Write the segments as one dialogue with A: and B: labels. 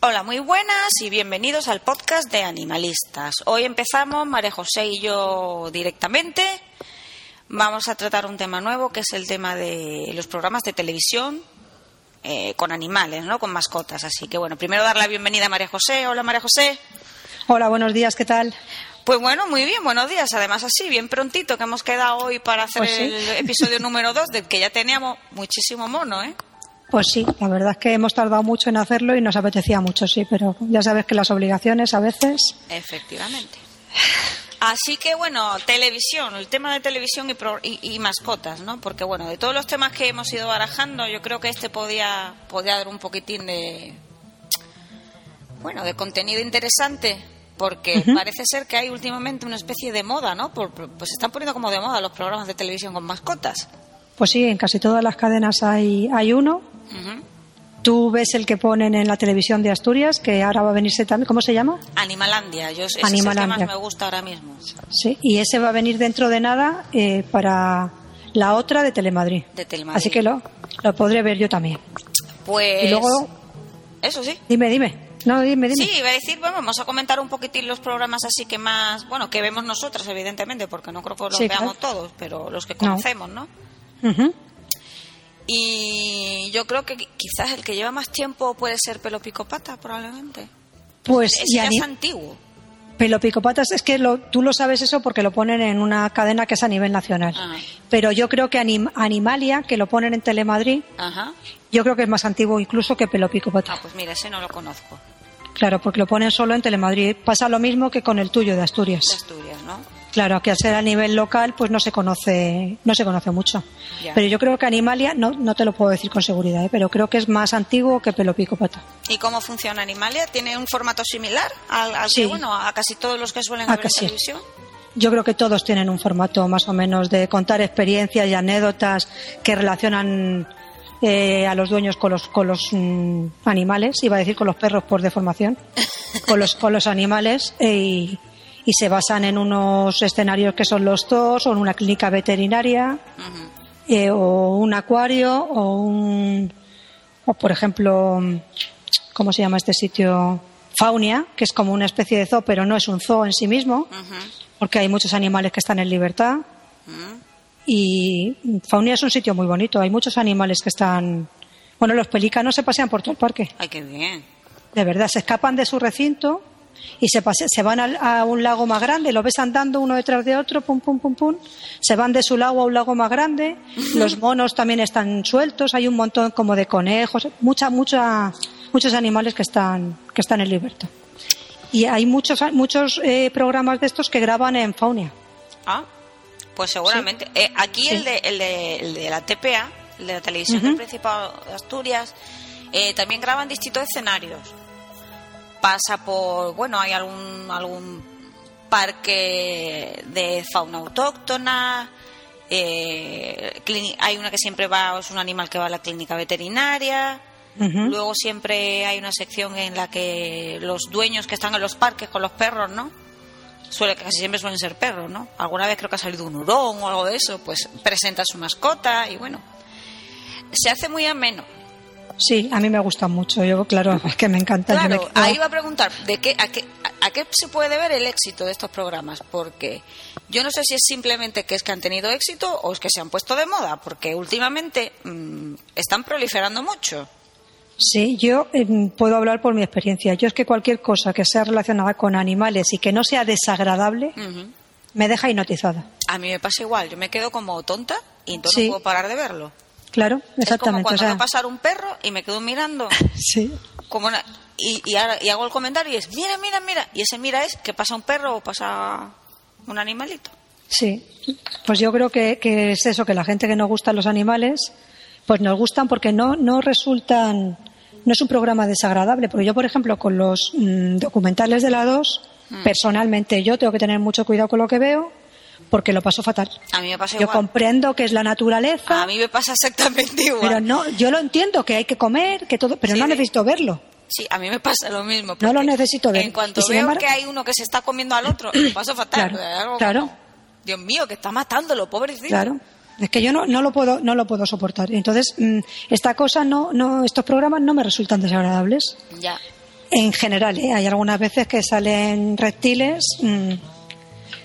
A: Hola, muy buenas y bienvenidos al podcast de Animalistas. Hoy empezamos, María José y yo directamente. Vamos a tratar un tema nuevo que es el tema de los programas de televisión eh, con animales, ¿no? Con mascotas. Así que bueno, primero dar la bienvenida a María José. Hola, María José.
B: Hola, buenos días, ¿qué tal?
A: Pues bueno, muy bien, buenos días. Además, así, bien prontito que hemos quedado hoy para hacer
B: Pues sí.
A: el episodio número 2, del que ya teníamos muchísimo mono, ¿eh?
B: Pues sí, la verdad es que hemos tardado mucho en hacerlo y nos apetecía mucho, sí, pero ya sabes que las obligaciones a veces.
A: Efectivamente. Así que bueno, televisión, el tema de televisión y, pro- y- y mascotas, ¿no? Porque bueno, de todos los temas que hemos ido barajando, yo creo que este podía, podía dar un poquitín de, bueno, de contenido interesante, porque parece ser que hay últimamente una especie de moda, ¿no? Por- por- pues se están poniendo como de moda los programas de televisión con mascotas.
B: Pues sí, en casi todas las cadenas hay, hay uno.
A: Ujú.
B: Tú ves el que ponen en la televisión de Asturias, que ahora va a venirse también. ¿Cómo se llama?
A: Animalandia, yo ese es el que
B: Animalandia.
A: más me gusta ahora mismo,
B: Sí, y ese va a venir dentro de nada eh, para la otra de Telemadrid.
A: de Telemadrid.
B: Así que lo, lo podré ver yo también.
A: Pues
B: Y luego,
A: eso sí.
B: dime, dime. No, dime, dime.
A: Sí, iba a decir, bueno, vamos a comentar un poquitín los programas así que más, bueno, que vemos nosotros, evidentemente, porque no creo que los
B: Sí, claro.
A: veamos todos, pero los que
B: No.
A: conocemos, ¿no?
B: Ujú.
A: Y yo creo que qui- quizás el que lleva más tiempo puede ser Pelo Pico Pata, probablemente.
B: Pues
A: Ese
B: y
A: ya
B: ani-
A: es antiguo.
B: Pelopicopatas es que lo- tú lo sabes eso porque lo ponen en una cadena que es a nivel nacional.
A: Ah.
B: Pero yo creo que Anim- Animalia, que lo ponen en Telemadrid,
A: Ajá.
B: yo creo que es más antiguo incluso que Pelopicopata.
A: Ah, pues mira, ese no lo conozco.
B: Claro, porque lo ponen solo en Telemadrid. Pasa lo mismo que con el tuyo de
A: De
B: Asturias.
A: Asturias, ¿no?
B: Claro, que al ser a nivel local, pues no se conoce, no se conoce mucho.
A: Ya.
B: Pero yo creo que Animalia, no, no te lo puedo decir con seguridad, ¿eh? pero creo que es más antiguo que Pelopicopata.
A: ¿Y cómo funciona Animalia? ¿Tiene un formato similar al, al
B: Sí. Ah,
A: que, bueno, a casi todos los que suelen
B: A
A: haber en
B: casi.
A: televisión?
B: Yo creo que todos tienen un formato más o menos de contar experiencias y anécdotas que relacionan eh, a los dueños con los, con los mm, animales, iba a decir con los perros por deformación, con los, con los animales e- y, y se basan en unos escenarios que son los zoos o en una clínica veterinaria
A: Ujú.
B: eh, o un acuario o un o por ejemplo cómo se llama este sitio faunia que es como una especie de zoo pero no es un zoo en sí
A: Mm.
B: mismo
A: Ujú.
B: porque hay muchos animales que están en libertad
A: Ujú.
B: y faunia es un sitio muy bonito hay muchos animales que están bueno los pelícanos se pasean por todo el parque
A: Ay, qué bien.
B: de verdad se escapan de su recinto y se, pase- se van al- a un lago más grande, los ves andando uno detrás de otro, pum, pum, pum, pum, se van de su lago a un lago más grande, los monos también están sueltos, hay un montón como de conejos, mucha, mucha, muchos animales que están, que están en libertad. Y hay muchos, muchos eh, programas de estos que graban en Faunia.
A: Ah, pues seguramente. Eh, aquí
B: Sí.
A: el, de, el, de, el de la TPA, el de la Televisión del
B: Ujú.
A: Principado de Asturias, eh, también graban distintos escenarios. Pasa por, bueno, hay algún, algún parque de fauna autóctona, eh, clíni- hay una que siempre va, es un animal que va a la clínica veterinaria.
B: Ujú.
A: Luego siempre hay una sección en la que los dueños que están en los parques con los perros, ¿no? Suele, casi siempre suelen ser perros, ¿no? Alguna vez creo que ha salido un hurón o algo de eso, pues presenta a su mascota y bueno. Se hace muy ameno.
B: Sí, a mí me gustan mucho, yo claro, es que me encanta. yo me
A: Claro,
B: quedo-
A: ahí iba a preguntar, ¿de qué, a, qué, a- a qué se puede deber el éxito de estos programas? Porque yo no sé si es simplemente que es que han tenido éxito o es que se han puesto de moda, porque últimamente mm, están proliferando mucho.
B: Sí, yo em, puedo hablar por mi experiencia. Yo es que cualquier cosa que sea relacionada con animales y que no sea desagradable
A: Ujú.
B: me deja hipnotizada.
A: A mí me pasa igual, yo me quedo como tonta y entonces
B: Sí.
A: no puedo parar de verlo.
B: Claro,
A: Es como
B: exactamente.
A: cuando
B: o sea,
A: va a pasar un perro y me quedo mirando
B: sí,
A: como una- y, y ahora- y hago el comentario y es, mira, mira, mira. Y ese mira es que pasa un perro o pasa un animalito.
B: Sí, pues yo creo que, que es eso, que la gente que no gusta los animales, pues nos gustan porque no, no resultan, no es un programa desagradable, porque yo, por ejemplo, con los mm, documentales de la 2,
A: Mm.
B: personalmente yo tengo que tener mucho cuidado con lo que veo porque lo paso fatal.
A: A mí me pasa
B: yo
A: igual.
B: comprendo que es la naturaleza,
A: A mí me pasa exactamente igual.
B: pero no, yo lo entiendo que hay que comer, que todo, pero
A: Sí,
B: no
A: sí.
B: necesito verlo.
A: Sí, a mí me pasa lo mismo.
B: No lo
A: porque
B: necesito ver.
A: En cuanto
B: Y sin
A: veo
B: embargo-
A: que hay uno que se está comiendo al otro, lo paso fatal.
B: Claro,
A: Ah, Algo como,
B: claro.
A: Dios mío, que está matándolo, pobrecito.
B: Claro. Es que yo no, no lo puedo no lo puedo soportar. Entonces, mm, esta cosa no no estos programas no me resultan desagradables.
A: Ya.
B: En general, ¿eh? hay algunas veces que salen reptiles mm,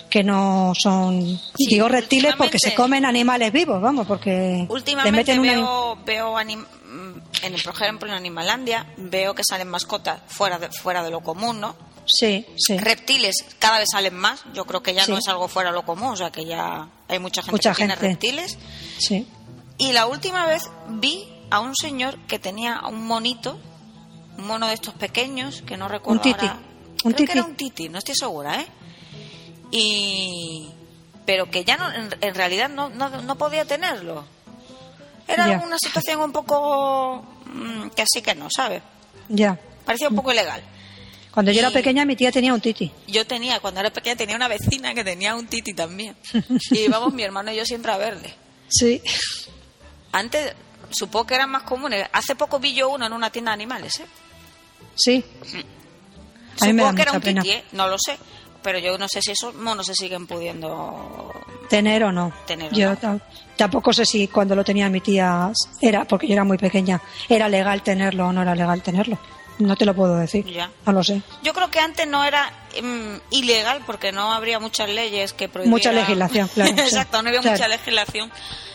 B: que no son
A: Sí,
B: digo reptiles porque se
A: últimamente-
B: comen animales vivos, vamos, porque le
A: Últimamente
B: meten una
A: veo, veo anim- mm, en, por ejemplo, en Animalandia, veo que salen mascotas fuera de, fuera de lo común, ¿no?
B: Sí, sí.
A: Reptiles cada vez salen más. Yo creo que ya
B: Sí.
A: no es algo fuera de lo común, o sea que ya hay mucha gente
B: Mucha
A: que
B: gente.
A: tiene reptiles.
B: Sí.
A: Y la última vez vi a un señor que tenía un monito, un mono de estos pequeños, que no recuerdo
B: Un titi.
A: ahora.
B: Un
A: Creo
B: titi.
A: que era un titi, no estoy segura, ¿eh? Y... Pero que ya no, en, en realidad no, no, no podía tenerlo. Era
B: Ya.
A: una situación un poco... mm, que así que no, ¿sabes?
B: Ya.
A: Parecía un poco ilegal.
B: Cuando yo era
A: Y-
B: pequeña mi tía tenía un titi.
A: Yo tenía, cuando era pequeña, tenía una vecina que tenía un titi también. Y íbamos mi hermano y yo siempre a verle.
B: Sí.
A: Antes supongo que eran más comunes. Hace poco vi yo uno en una tienda de animales, ¿eh?
B: Sí. A mí me da
A: supongo que era
B: mucha
A: un
B: pena
A: tití, ¿eh? no lo sé. Pero yo no sé si esos monos se siguen pudiendo.
B: tener o no.
A: Tener o
B: yo
A: no.
B: ta- tampoco sé si cuando lo tenía mi tía era porque yo era muy pequeña, era legal tenerlo o no era legal tenerlo. No te lo puedo decir.
A: Ya.
B: No lo sé.
A: Yo creo que antes no era mm, ilegal porque no habría muchas leyes que prohibieran.
B: Mucha legislación, claro, sí.
A: Exacto, no había
B: Claro.
A: mucha legislación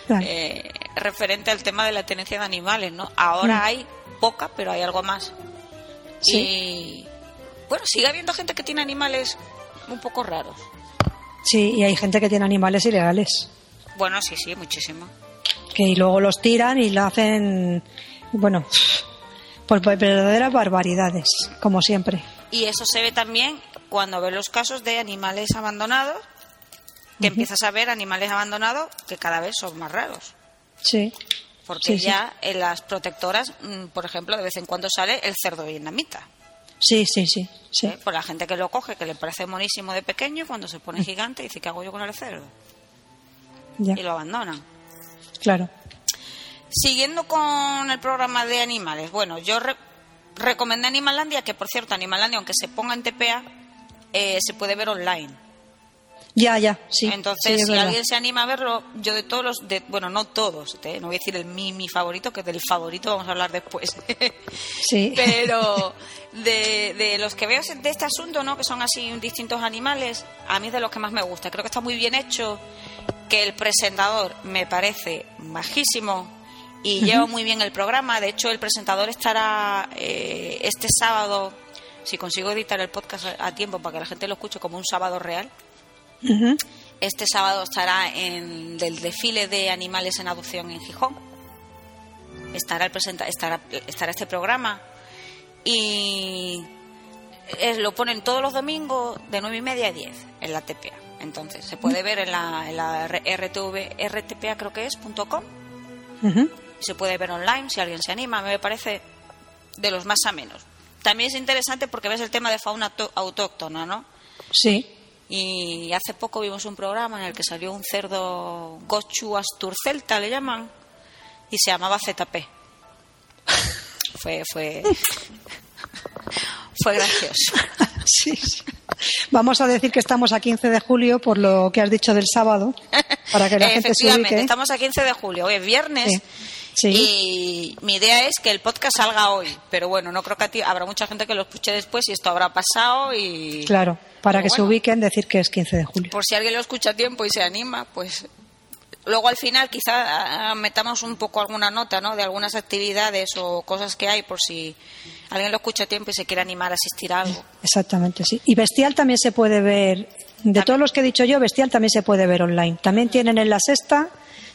B: Claro.
A: eh, referente al tema de la tenencia de animales, ¿no? Ahora
B: Mm.
A: hay poca, pero hay algo más.
B: Sí.
A: Y bueno, sigue habiendo gente que tiene animales un poco raros.
B: Sí, y hay gente que tiene animales ilegales
A: Bueno, sí, sí, muchísimo.
B: que y luego los tiran y lo hacen bueno, por por verdaderas barbaridades, como siempre.
A: Y eso se ve también cuando ves los casos de animales abandonados, que empiezas a ver animales abandonados que cada vez son más raros.
B: Sí.
A: Porque
B: Sí, sí.
A: ya en las protectoras, mm, por ejemplo, de vez en cuando sale el cerdo vietnamita.
B: Sí, sí, sí. Sí.
A: ¿eh? Por la gente que lo coge, que le parece monísimo de pequeño, cuando se pone gigante, dice, ¿qué hago yo con el cerdo?
B: Ya.
A: Y lo abandonan.
B: Claro.
A: Siguiendo con el programa de animales, bueno, yo re- recomendé Animalandia, que por cierto, Animalandia, aunque se ponga en TPA, eh, se puede ver online.
B: Ya, ya, sí.
A: Entonces,
B: sí, es
A: si
B: verdad.
A: alguien se anima a verlo, yo de todos los, de, bueno, no todos, te- no voy a decir el mi, mi favorito, que del favorito vamos a hablar después,
B: Sí.
A: pero de, de los que veo de este asunto, ¿no? Que son así distintos animales, a mí es de los que más me gusta. Creo que está muy bien hecho, que el presentador me parece majísimo y lleva muy bien el programa. De hecho, el presentador estará eh, este sábado, si consigo editar el podcast a- a tiempo para que la gente lo escuche como un sábado real.
B: Ujú.
A: Este sábado estará en el desfile de animales en adopción en Gijón. Estará, el presenta- estará, estará este programa y eh, lo ponen todos los domingos de nueve y media a 10 en la TPA. Entonces se puede ver en la, en la RTV, RTPA creo que es, punto com.
B: Ujú.
A: Se puede ver online si alguien se anima. A mí me parece de los más a menos. También es interesante porque ves el tema de fauna auto- autóctona, ¿no?
B: Sí.
A: Y hace poco vimos un programa en el que salió un cerdo Gochu Asturcelta, le llaman, y se llamaba ZP. Fue, fue, fue gracioso.
B: Sí, sí. Vamos a decir que estamos a 15 de julio por lo que has dicho del sábado, para que la gente se
A: Efectivamente,
B: ubique.
A: estamos a 15 de julio, hoy es viernes.
B: Sí. Sí.
A: Y mi idea es que el podcast salga hoy, pero bueno, no creo que a ti habrá mucha gente que lo escuche después y esto habrá pasado y
B: Claro, para que
A: Pero
B: se
A: bueno.
B: ubiquen, decir que es 15 de julio.
A: por si alguien lo escucha a tiempo y se anima, pues luego al final quizá ah, metamos un poco alguna nota, ¿no? De algunas actividades o cosas que hay por si alguien lo escucha a tiempo y se quiere animar a asistir a algo.
B: Exactamente, sí. Y Bestial también se puede ver, de todos los que he dicho yo, Bestial también se puede ver online. También tienen en la sexta,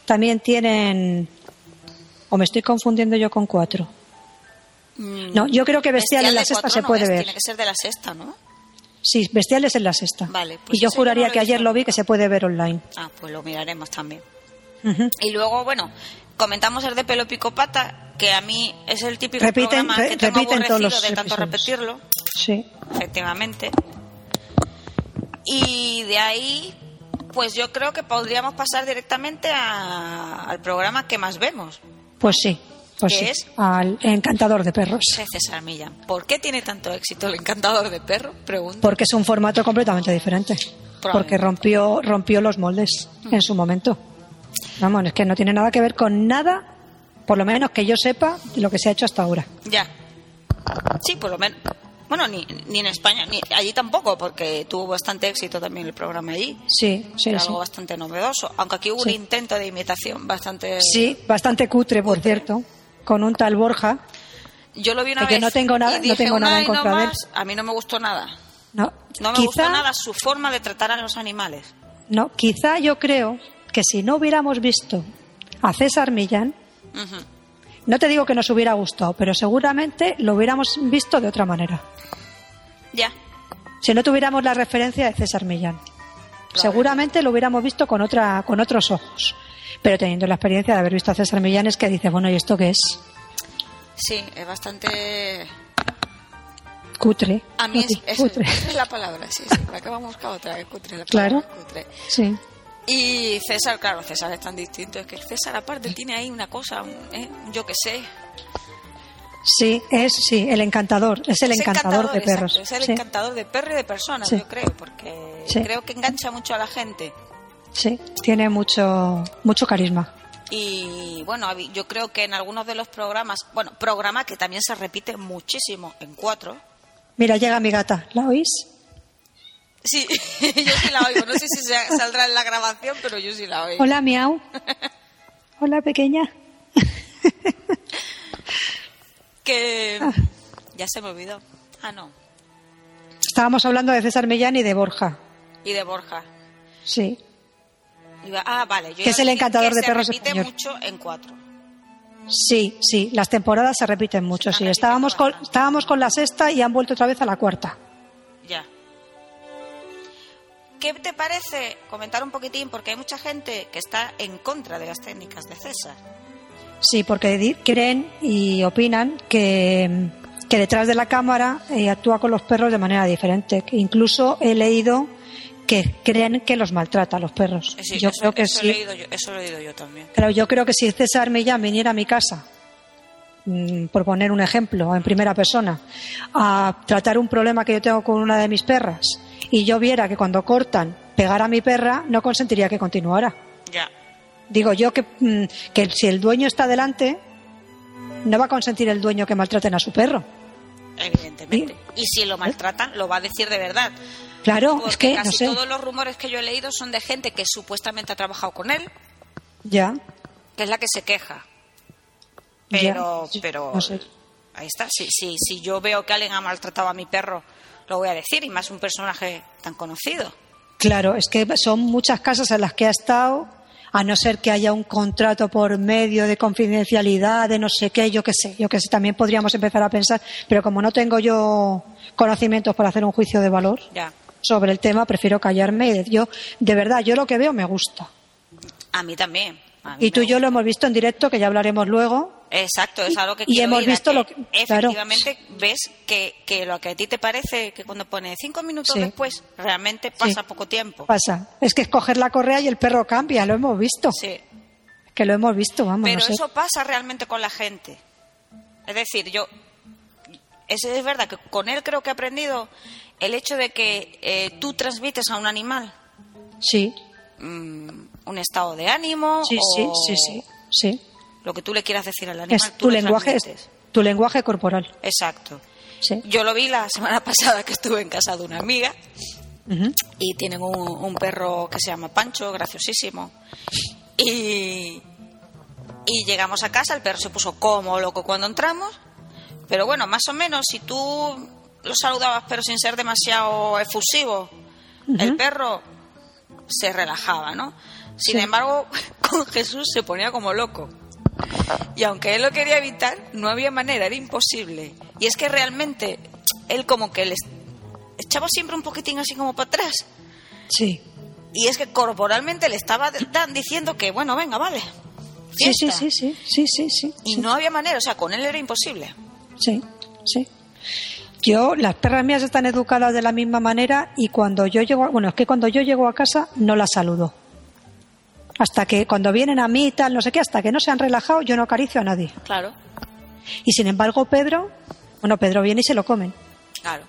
B: también tienen. O me estoy confundiendo yo con cuatro.
A: Mm,
B: No, yo creo que Bestial en la
A: de
B: sexta
A: cuatro
B: se
A: no
B: puede
A: es,
B: ver.
A: Tiene que ser de la sexta, ¿no?
B: Sí, Bestiales es la sexta.
A: Vale, pues
B: y
A: ese yo
B: yo
A: no
B: juraría
A: lo he
B: que ayer
A: visto
B: lo vi,
A: nunca.
B: que se puede ver online.
A: Ah, pues lo miraremos también.
B: Ujú.
A: Y luego, bueno, comentamos el de pelo pico pata, que a mí es el típico
B: Repiten-
A: programa
B: re-
A: que tengo
B: repiten
A: aborrecido
B: todos los
A: de tanto
B: episodios.
A: repetirlo,
B: Sí.
A: efectivamente. Y de ahí, pues yo creo que podríamos pasar directamente a- al programa que más vemos,
B: Pues sí. Pues
A: ¿Qué
B: sí.
A: es?
B: Al encantador de perros.
A: que es César Millán. ¿Por qué tiene tanto éxito el encantador de perro? Pregunto.
B: Porque es un formato completamente diferente. Porque rompió, rompió los moldes
A: Mm.
B: en su momento. Vamos, es que no tiene nada que ver con nada, por lo menos que yo sepa, de lo que se ha hecho hasta ahora.
A: Ya. Sí, por lo menos. Bueno, ni, ni en España, ni allí tampoco, porque tuvo bastante éxito también el programa allí.
B: Sí, sí,
A: Era
B: sí.
A: algo bastante novedoso. Aunque aquí hubo
B: Sí.
A: un intento de imitación bastante.
B: Sí, bastante cutre, por cierto, con un tal Borja.
A: Yo lo vi una
B: Es que
A: vez
B: no tengo nada-
A: y
B: no
A: dije,
B: tengo nada
A: "Una
B: en
A: y
B: contra
A: no
B: de él".
A: más". A mí no me gustó nada.
B: No,
A: No me gustó
B: quizá,
A: nada su forma de tratar a los animales.
B: no, quizá yo creo que si no hubiéramos visto a César Millán,
A: Ujú.
B: no te digo que nos hubiera gustado, pero seguramente lo hubiéramos visto de otra manera.
A: Ya.
B: Si no tuviéramos la referencia de César Millán, seguramente lo hubiéramos visto con otra, con otros ojos. Pero teniendo la experiencia de haber visto a César Millán es que dices, bueno, ¿y esto qué es?
A: Sí, es bastante.
B: Cutre.
A: A mí es,
B: Cutre,
A: es-
B: cutre.
A: es la palabra, sí, sí. Por acá vamos a buscar otra vez, cutre. La
B: Claro.
A: palabra cutre.
B: Sí.
A: Y César, claro, César es tan distinto. Es que César, aparte, tiene ahí una cosa, un- eh, un yo que sé.
B: Sí, es sí, el encantador, es el
A: Es
B: encantador, de
A: exacto,
B: perros.
A: es el
B: sí,
A: encantador de perros y de personas,
B: Sí.
A: yo creo, porque
B: Sí.
A: creo que engancha mucho a la gente.
B: sí, tiene mucho mucho carisma.
A: Y bueno, habi- yo creo que en algunos de los programas, bueno, programa que también se repite muchísimo, en cuatro.
B: Mira, llega mi gata, ¿la oís?
A: Sí, yo sí la oigo, no sé si se- saldrá en la grabación, pero yo sí la oigo.
B: Hola, miau. Hola, pequeña.
A: Que
B: Ah.
A: ya se me olvidó. Ah, no.
B: Estábamos hablando de César Millán y de Borja.
A: Y de Borja.
B: Sí,
A: Iba- Ah, vale. Yo
B: Que
A: iba a
B: es el
A: decir
B: encantador
A: que
B: de
A: se
B: perros
A: repite
B: español.
A: mucho en cuatro.
B: sí, sí. Las temporadas se repiten mucho.
A: Se
B: Sí,
A: repiten
B: estábamos con,
A: bastante.
B: estábamos con la sexta y han vuelto otra vez a la cuarta.
A: Ya. ¿Qué te parece? Comentar un poquitín, porque hay mucha gente que está en contra de las técnicas de César.
B: Sí, porque di- creen y opinan que, que detrás de la cámara eh, actúa con los perros de manera diferente. Que incluso he leído que creen que los maltrata a los perros.
A: Eh, sí,
B: yo
A: eso-
B: creo que
A: eso
B: sí.
A: Lo he leído yo, eso lo he leído yo también.
B: Claro, yo creo que si César Millán viniera a mi casa, mm, por poner un ejemplo, en primera persona, a tratar un problema que yo tengo con una de mis perras, y yo viera que cuando cortan pegar a mi perra, no consentiría que continuara.
A: Ya.
B: Digo yo que, mm, que si el dueño está delante, no va a consentir el dueño que maltraten a su perro.
A: Evidentemente. Y si lo maltratan, lo va a decir de verdad.
B: Claro,
A: Porque
B: es que
A: casi
B: no sé.
A: todos los rumores que yo he leído son de gente que supuestamente ha trabajado con él,
B: Ya,
A: que es la que se queja.
B: Ya,
A: Pero,
B: sí,
A: pero
B: no sé.
A: ahí está. Si, si, si yo veo que alguien ha maltratado a mi perro, lo voy a decir, y más un personaje tan conocido.
B: claro, es que son muchas casas en las que ha estado, a no ser que haya un contrato por medio de confidencialidad, de no sé qué, yo qué sé, yo qué sé, también podríamos empezar a pensar, pero como no tengo yo conocimientos para hacer un juicio de valor
A: Ya.
B: sobre el tema, prefiero callarme. y Yo, de verdad, yo lo que veo me gusta.
A: A mí también. a mí
B: Y tú
A: me
B: y yo lo hemos visto en directo, que ya hablaremos luego,
A: Exacto, es algo que
B: Y
A: quiero
B: hemos
A: ir a
B: visto lo que- claro.
A: efectivamente ves que, que lo que a ti te parece que cuando pone cinco minutos
B: Sí.
A: después realmente pasa
B: Sí.
A: poco tiempo.
B: pasa. Es que es coger la correa y el perro cambia, lo hemos visto.
A: Sí.
B: Que lo hemos visto, vamos.
A: Pero
B: no sé.
A: eso pasa realmente con la gente. Es decir, yo es, es verdad que con él creo que he aprendido el hecho de que eh, tú transmites a un animal
B: Sí,
A: mm, un estado de ánimo
B: sí, sí,
A: o
B: sí, sí, sí.
A: lo que tú le quieras decir al animal.
B: Es
A: tú
B: tu
A: lo
B: lenguaje, es
A: transmites.
B: tu lenguaje corporal.
A: Exacto.
B: Sí.
A: Yo lo vi la semana pasada que estuve en casa de una amiga
B: Ujú.
A: y tienen un, un perro que se llama Pancho, graciosísimo. Y, y llegamos a casa, el perro se puso como loco cuando entramos, pero bueno, más o menos, si tú lo saludabas pero sin ser demasiado efusivo, el perro se relajaba, ¿no? Sin
B: Sí.
A: embargo, con Jesús se ponía como loco. Y aunque él lo quería evitar, no había manera, era imposible. Y es que realmente él como que les echaba siempre un poquitín así como para atrás.
B: Sí.
A: Y es que corporalmente le estaba Dan diciendo que, bueno, venga, vale.
B: Sí, sí,
A: fiesta.
B: sí, sí, sí, sí, sí.
A: Y
B: sí.
A: no había manera, o sea, con él era imposible.
B: Sí, sí. Yo, las perras mías están educadas de la misma manera y cuando yo llego, a- bueno, es que cuando yo llego a casa no las saludo. Hasta que cuando vienen a mí y tal, no sé qué, hasta que no se han relajado, yo no acaricio a nadie.
A: Claro,
B: Y sin embargo, Pedro, bueno, Pedro viene y se lo comen.
A: claro.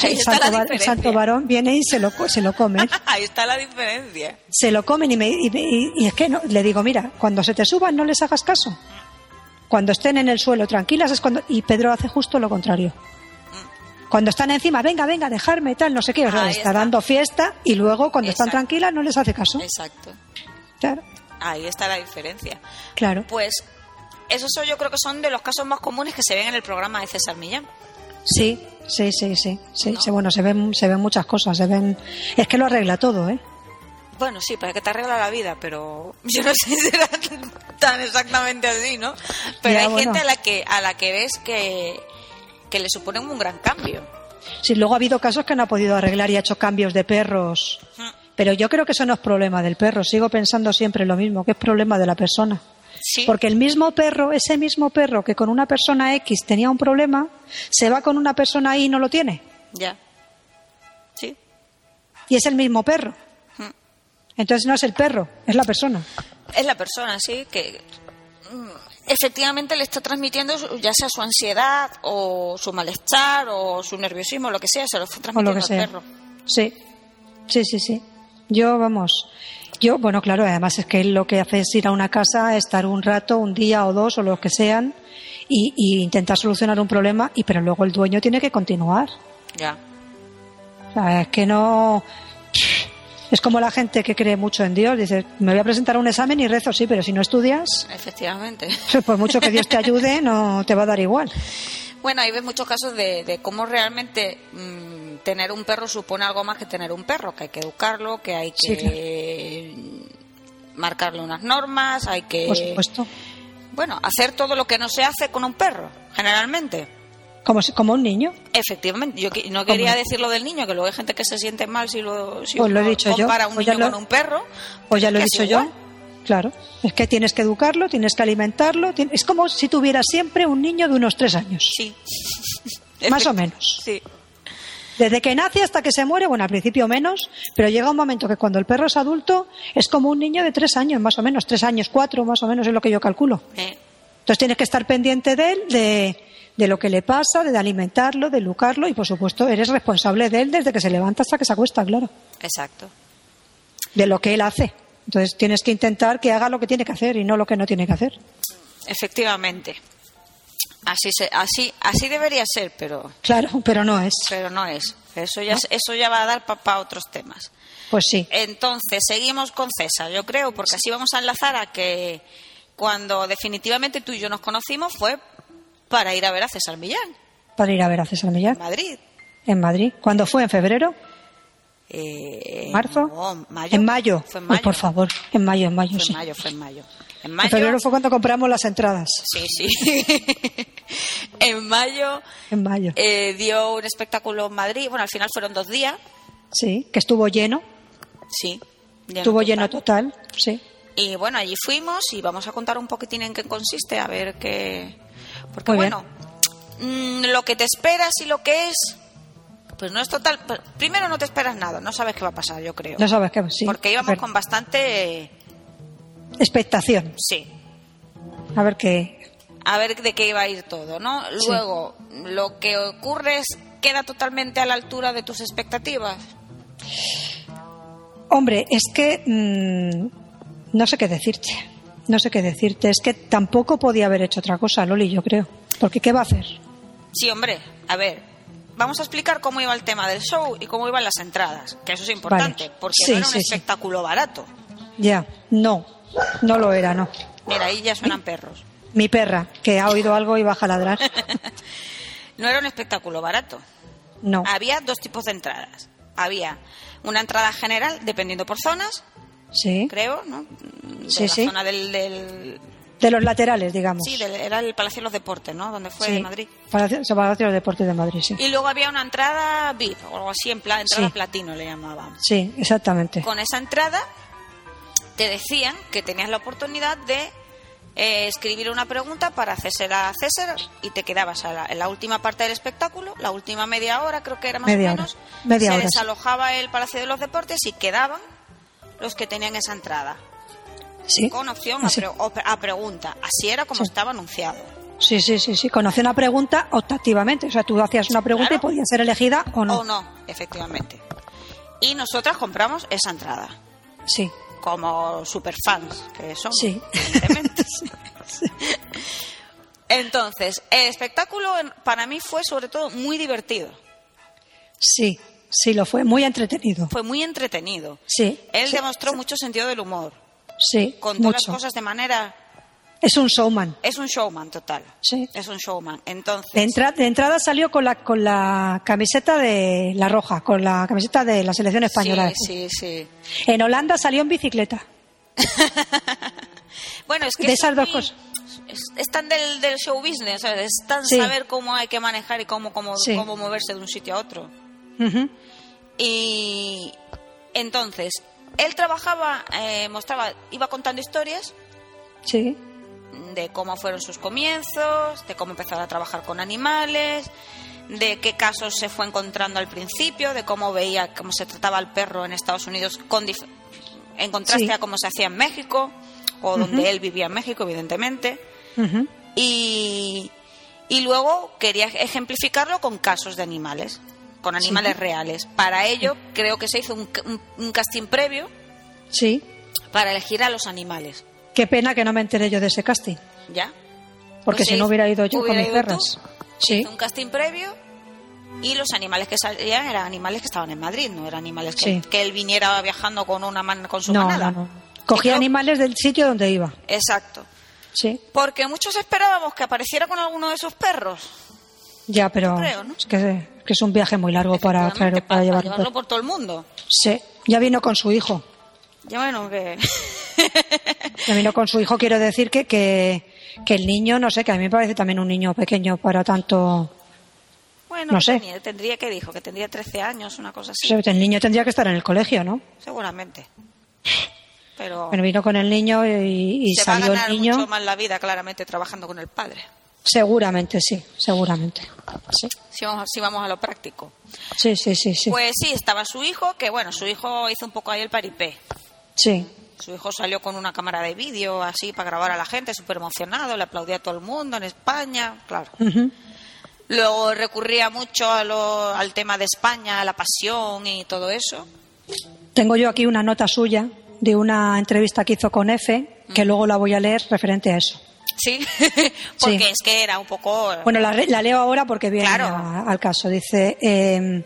A: Ahí
B: El
A: está
B: santo,
A: la
B: var- el
A: diferencia.
B: santo varón viene y se lo, co- se lo comen.
A: Ahí está la diferencia.
B: se lo comen y, me- y me- y- y es que no, le digo, mira, cuando se te suban no les hagas caso. Cuando estén en el suelo tranquilas es cuando... Y Pedro hace justo lo contrario. Cuando están encima, venga, venga, dejarme tal, no sé qué, o sea,
A: Ahí
B: les está,
A: está.
B: dando fiesta y luego cuando están
A: Exacto.
B: tranquilas no les hace caso.
A: Exacto.
B: Claro,
A: Ahí está la diferencia.
B: claro.
A: Pues esos son, yo creo que son de los casos más comunes que se ven en el programa de César Millán.
B: Sí, sí, sí, sí. sí, sí, bueno, se ven, se ven muchas cosas, se ven... Es que lo arregla todo, ¿eh?
A: Bueno, sí, para que te arregla la vida, pero yo no sé si será tan exactamente así, ¿no? Pero
B: Ya,
A: hay
B: bueno.
A: gente a la que a la que ves que, que le suponen un gran cambio.
B: Sí, luego ha habido casos que no ha podido arreglar y ha hecho cambios de perros. Pero yo creo que eso no es problema del perro. Sigo pensando siempre lo mismo, que es problema de la persona.
A: Sí,
B: Porque el mismo perro, ese mismo perro que con una persona X tenía un problema, se va con una persona Y y no lo tiene.
A: ya. Sí.
B: Y es el mismo perro.
A: Ujú.
B: Entonces no es el perro, es la persona.
A: Es la persona, sí, que mm, efectivamente le está transmitiendo su- ya sea su ansiedad o su malestar o su nerviosismo, lo que sea, se lo está
B: o lo
A: transmitiendo
B: que
A: al
B: sea.
A: Ah, perro.
B: Sí, sí, sí, sí. Yo, vamos, yo, bueno, claro, además es que él lo que hace es ir a una casa, estar un rato, un día o dos o lo que sean, y, y intentar solucionar un problema, y pero luego el dueño tiene que continuar.
A: Ya.
B: O sea, es que no. Es como la gente que cree mucho en Dios, dice, me voy a presentar a un examen y rezo, sí, pero si no estudias,
A: Efectivamente.
B: por mucho que Dios te ayude, no te va a dar igual.
A: Bueno, ahí ves muchos casos de, de cómo realmente mm, tener un perro supone algo más que tener un perro, que hay que educarlo, que hay
B: Sí,
A: que marcarle unas normas, hay que...
B: Por supuesto.
A: Bueno, hacer todo lo que no se hace con un perro, generalmente.
B: Como, si- como un niño.
A: Efectivamente, yo que- no quería
B: Hombre.
A: decir lo del niño, que luego hay gente que se siente mal si lo, si
B: Pues lo he
A: uno
B: dicho yo,
A: compara un
B: pues ya
A: niño
B: lo-
A: con un perro.
B: Pues ya lo he
A: Casi
B: dicho
A: igual.
B: yo. Claro. Es que tienes que educarlo, tienes que alimentarlo. tien- Es como si tuvieras siempre un niño de unos tres años.
A: Sí.
B: Más o
A: Efect-
B: menos.
A: Sí,
B: Desde que nace hasta que se muere, bueno, al principio menos, pero llega un momento que cuando el perro es adulto es como un niño de tres años, más o menos, tres años, cuatro, más o menos es lo que yo calculo.
A: eh,
B: Entonces tienes que estar pendiente de él, de, de lo que le pasa, de alimentarlo, de educarlo y, por supuesto, eres responsable de él desde que se levanta hasta que se acuesta, claro,
A: exacto.
B: de lo que él hace. Entonces tienes que intentar que haga lo que tiene que hacer y no lo que no tiene que hacer.
A: Efectivamente. Así, se, así, así debería ser, pero
B: Claro, pero no es.
A: pero no es. Eso ya, eso ya va a dar para otros temas.
B: Pues sí,
A: Entonces, seguimos con César, yo creo, porque así vamos a enlazar a que cuando definitivamente tú y yo nos conocimos fue para ir a ver a César Millán
B: para ir a ver a César Millán
A: en Madrid.
B: en Madrid. ¿Cuándo fue? ¿En febrero?
A: Eh,
B: ¿Marzo?
A: no, mayo.
B: ¿En mayo?
A: Fue en
B: Uy,
A: mayo.
B: por favor, en mayo, en mayo,
A: Fue
B: sí.
A: en mayo, fue en mayo. En
B: En
A: mayo.
B: febrero fue cuando compramos las entradas.
A: Sí, sí. en mayo
B: En mayo.
A: eh, dio un espectáculo en Madrid. Bueno, al final fueron dos días.
B: Sí, que estuvo lleno,
A: Sí.
B: estuvo lleno total, sí.
A: Y bueno, allí fuimos y vamos a contar un poquitín en qué consiste, a ver qué. Porque
B: Muy bien.
A: bueno, mm, lo que te esperas y lo que es, pues no es total. pr- Primero no te esperas nada, no sabes qué va a pasar, yo creo.
B: No sabes qué, sí.
A: Porque íbamos
B: a ver,
A: con bastante. eh,
B: expectación.
A: sí.
B: A ver qué.
A: A ver de qué iba a ir todo, ¿no?
B: Sí.
A: Luego, lo que ocurre es queda totalmente a la altura de tus expectativas.
B: Hombre, es que mm, no sé qué decirte. No sé qué decirte. Es que tampoco podía haber hecho otra cosa, Loli, yo creo. Porque ¿qué va a hacer?
A: Sí, hombre, a ver. Vamos a explicar cómo iba el tema del show y cómo iban las entradas, que eso es importante,
B: Vale.
A: porque
B: Sí,
A: no era un
B: sí, sí.
A: espectáculo barato.
B: Ya, no, no lo era, no.
A: Mira, ahí ya suenan perros.
B: Mi perra, que ha oído algo y baja a ladrar.
A: No era un espectáculo barato.
B: No.
A: Había dos tipos de entradas. Había una entrada general, dependiendo por zonas,
B: Sí,
A: creo, ¿no? De la
B: Sí, sí.
A: zona del, del-
B: de los laterales, digamos.
A: Sí, del- era el Palacio de los Deportes, ¿no? Donde fue de Madrid.
B: Palacio, Palacio de los Deportes de Madrid, sí.
A: Y luego había una entrada VIP o algo así, en plan, entrada
B: Sí.
A: platino le llamaban.
B: Sí, exactamente.
A: Con esa entrada te decían que tenías la oportunidad de eh, escribir una pregunta para César a César y te quedabas a la- en la última parte del espectáculo, la última media hora creo que era más
B: Media
A: o
B: hora.
A: menos.
B: Media
A: se
B: hora, sí.
A: desalojaba el Palacio de los Deportes y quedaban los que tenían esa entrada.
B: Ah, Sí.
A: Con opción a,
B: Así.
A: pre- o- a pregunta. Así era como
B: Sí.
A: estaba anunciado.
B: Sí, sí, sí, sí. Conocí una pregunta optativamente. O sea, tú hacías una pregunta
A: Claro.
B: y podías ser elegida o no.
A: O no, efectivamente. Y nosotras compramos esa entrada.
B: Sí.
A: como superfans que son.
B: Sí.
A: evidentemente. Entonces, el espectáculo en- para mí fue sobre todo muy divertido,
B: Sí, sí, lo fue. Muy entretenido.
A: fue muy entretenido.
B: Sí.
A: Él
B: sí,
A: demostró mucho sentido del humor,
B: Sí,
A: contó las
B: mucho.
A: cosas de manera...
B: Es un showman.
A: Es un showman total,
B: Sí.
A: es un showman. Entonces,
B: De, entra- de entrada salió con la, con la camiseta de la roja, con la camiseta de la selección española.
A: sí, sí, sí.
B: En Holanda salió en bicicleta.
A: Bueno, es que
B: De
A: es
B: esas dos
A: muy-
B: cosas.
A: Es, es tan del, del show business, ¿sabes? es tan
B: Sí.
A: saber cómo hay que manejar y cómo, cómo,
B: Sí.
A: cómo moverse de un sitio a otro.
B: Ujú.
A: Y entonces, él trabajaba, eh, mostraba, iba contando historias
B: Sí,
A: de cómo fueron sus comienzos, de cómo empezó a trabajar con animales, de qué casos se fue encontrando al principio, de cómo veía cómo se trataba al perro en Estados Unidos con dif- en contraste
B: Sí.
A: a cómo se hacía en México o donde él vivía en México, evidentemente.
B: Ujú.
A: Y, y luego quería ejemplificarlo con casos de animales, con animales reales. Para ello
B: Eh.
A: creo que se hizo un, ca- un- un casting previo
B: sí.
A: para elegir a los animales.
B: Qué pena que no me enteré yo de ese casting,
A: ¿Ya?
B: porque
A: Pues
B: si
A: sí,
B: no hubiera ido yo
A: hubiera
B: con mis
A: ido
B: perras.
A: tú. Pues
B: Sí,
A: Hizo un casting previo y los animales que salían eran animales que estaban en Madrid, no eran animales que,
B: Sí.
A: que él viniera viajando con una man- con su
B: no,
A: manada.
B: no, no. Cogía
A: creo-
B: animales del sitio donde iba.
A: Exacto.
B: Sí,
A: Porque muchos esperábamos que apareciera con alguno de esos perros.
B: ya, pero
A: creo, ¿no?
B: es, que, es que es un viaje muy largo para, claro,
A: Efectivamente,
B: para,
A: para
B: llevar un
A: llevarlo
B: perro.
A: por todo el mundo.
B: Sí, ya vino con su hijo.
A: Ya bueno, que...
B: Ya vino con su hijo, quiero decir que, que, que el niño, no sé, que a mí me parece también un niño pequeño para tanto.
A: Bueno,
B: No sé.
A: tenía- tendría que dijo que tendría 13 años, una cosa así,
B: Pues El niño tendría que estar en el colegio, ¿no?
A: seguramente. Pero
B: Bueno, vino con el niño y, y
A: se va a
B: salió
A: ganar
B: el niño.
A: mucho más la vida claramente trabajando con el padre.
B: Seguramente, sí, seguramente. Sí,
A: Si vamos, si vamos a lo práctico.
B: sí, sí, sí. sí.
A: Pues sí, estaba su hijo, que bueno, su hijo hizo un poco ahí el paripé.
B: sí.
A: Su hijo salió con una cámara de vídeo así para grabar a la gente, súper emocionado, le aplaudía a todo el mundo en España, claro.
B: Ujú.
A: Luego recurría mucho a lo- al tema de España, a la pasión y todo eso.
B: Tengo yo aquí una nota suya de una entrevista que hizo con F, que luego la voy a leer referente a eso.
A: Sí, porque es que era un poco...
B: Bueno, la, re- la leo ahora porque viene
A: Claro.
B: a- al caso. Dice eh,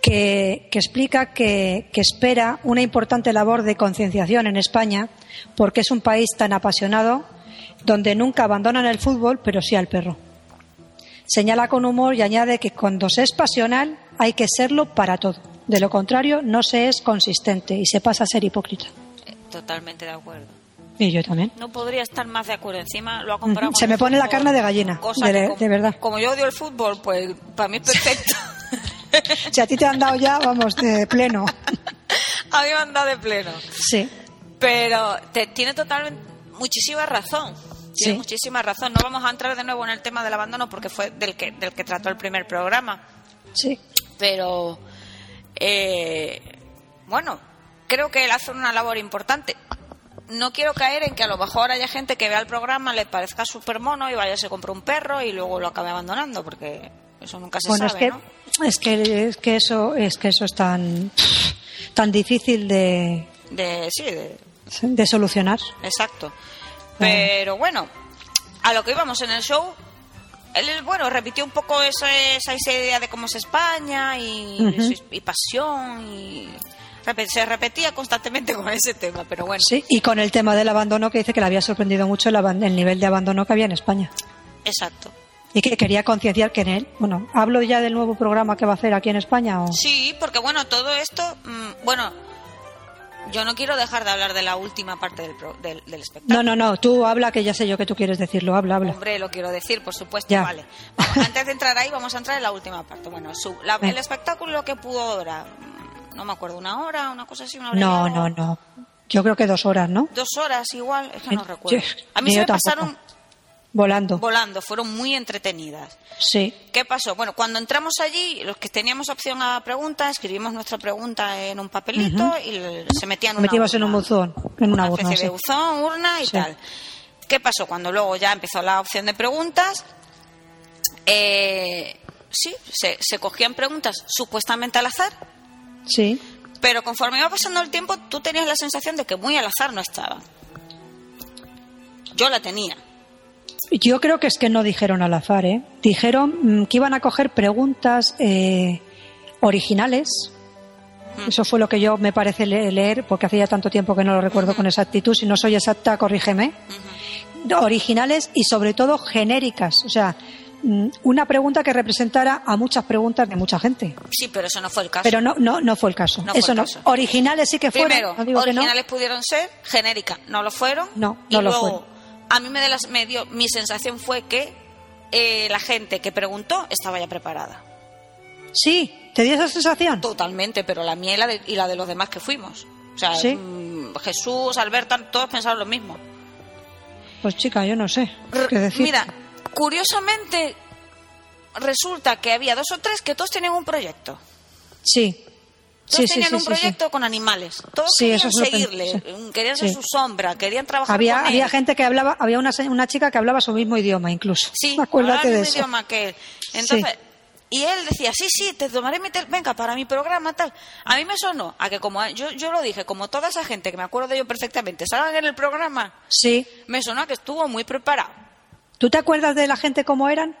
B: que, que explica que, que espera una importante labor de concienciación en España porque es un país tan apasionado donde nunca abandonan el fútbol, pero sí al perro. Señala con humor y añade que cuando se es pasional hay que serlo para todo. De lo contrario, no se es consistente y se pasa a ser hipócrita.
A: Eh, Totalmente de acuerdo.
B: Y yo también.
A: No podría estar más de acuerdo. Encima lo ha comparado.
B: Ujú.
A: con
B: Se
A: el
B: me pone la
A: fútbol,
B: carne de gallina,
A: cosa
B: de-
A: que
B: de verdad.
A: Como yo odio el fútbol, pues para mí es perfecto.
B: Si a ti te han dado ya, vamos, de pleno.
A: a mí me han dado de pleno.
B: Sí.
A: Pero te, tiene totalmente muchísima razón. Tiene
B: Sí.
A: muchísima razón. No vamos a entrar de nuevo en el tema del abandono porque fue del que, del que trató el primer programa.
B: Sí.
A: Pero, eh, bueno, creo que él hace una labor importante. No quiero caer en que a lo mejor haya gente que vea el programa, le parezca súper mono y vaya, se compre un perro y luego lo acabe abandonando porque eso nunca se
B: bueno,
A: sabe,
B: es que,
A: ¿no?
B: es que es que eso es que eso es tan tan difícil de,
A: De, sí, de,
B: de solucionar.
A: Exacto.
B: Claro.
A: Pero bueno, a lo que íbamos en el show, él, bueno, repitió un poco esa, esa esa idea de cómo es España y,
B: Ujú.
A: y pasión y rep- se repetía constantemente con ese tema, pero bueno,
B: Sí, y con el tema del abandono que dice que le había sorprendido mucho el, aban- el nivel de abandono que había en España
A: exacto.
B: y que quería concienciar que en él, bueno, hablo ya del nuevo programa que va a hacer aquí en España o
A: Sí, porque bueno, todo esto, mm, bueno, Yo no quiero dejar de hablar de la última parte del, pro- del, del espectáculo.
B: No, no, no, tú habla, que ya sé yo que tú quieres decirlo, habla, habla.
A: Hombre, lo quiero decir, por supuesto,
B: Ya.
A: vale. Vamos, antes de entrar ahí, vamos a entrar en la última parte. Bueno, su- la- el espectáculo que pudo durar, mm, no me acuerdo, una hora, una cosa así, una hora. y
B: No,
A: algo.
B: no, no. Yo creo que dos horas, ¿no?
A: Dos horas igual, es que no
B: Eh,
A: recuerdo.
B: yo-
A: A mí
B: ni
A: se
B: yo
A: me
B: tampoco.
A: pasaron
B: Volando.
A: volando, fueron muy entretenidas.
B: sí.
A: ¿Qué pasó? Bueno, cuando entramos allí, los que teníamos opción a pregunta, escribimos nuestra pregunta en un papelito y l- se metían una
B: Metíamos en
A: urna.
B: un buzón, en una urna,
A: especie de
B: sí.
A: buzón, urna y
B: Sí.
A: tal. ¿Qué pasó? Cuando luego ya empezó la opción de preguntas, eh, sí, se, se cogían preguntas supuestamente al azar,
B: Sí.
A: pero conforme iba pasando el tiempo, tú tenías la sensación de que muy al azar no estaban. Yo la tenía.
B: Yo creo que es que no dijeron al azar, ¿eh? Dijeron mm, que iban a coger preguntas eh, originales.
A: Mm.
B: Eso fue lo que yo me parece le- leer, porque hacía tanto tiempo que no lo
A: Mm.
B: recuerdo con exactitud. Si no soy exacta, corrígeme. Originales y sobre todo genéricas. O sea, mm, una pregunta que representara a muchas preguntas de mucha gente.
A: Sí, pero eso no fue el caso.
B: Pero no, no, no fue el caso.
A: No fue
B: Eso
A: el
B: no.
A: caso.
B: Originales sí que fueron.
A: Primero,
B: no digo que no.
A: originales pudieron ser, genéricas no lo fueron.
B: No,
A: y
B: no lo
A: luego,
B: fueron.
A: a mí me, de las, me dio, mi sensación fue que eh, la gente que preguntó estaba ya preparada.
B: Sí, ¿te dio esa sensación?
A: Totalmente, pero la mía y la de, y la de los demás que fuimos. O sea,
B: Sí.
A: mm, Jesús, Alberta, todos pensaron lo mismo.
B: Pues chica, yo no sé
A: R-
B: qué decir.
A: Mira, curiosamente resulta que había dos o tres que todos tenían un proyecto.
B: Sí.
A: Todos
B: Sí, sí,
A: tenían
B: sí,
A: un
B: sí, sí.
A: proyecto con animales. Todos
B: Sí,
A: querían
B: eso es lo que-
A: seguirle, mm,
B: sí.
A: querían ser
B: Sí.
A: su sombra, querían trabajar
B: Había,
A: con él.
B: había gente que hablaba, había una, se- una chica que hablaba su mismo idioma incluso.
A: Sí,
B: Pues Acuérdate
A: hablaba
B: de
A: el
B: eso.
A: idioma que él. Entonces, y él decía, sí, sí, te tomaré mi tel, venga, para mi programa, tal. A mí me sonó a que como, a- yo, yo lo dije, como toda esa gente, que me acuerdo de ello perfectamente, salgan en el programa,
B: Sí.
A: me sonó a que estuvo muy preparado.
B: ¿Tú te acuerdas de la gente cómo eran?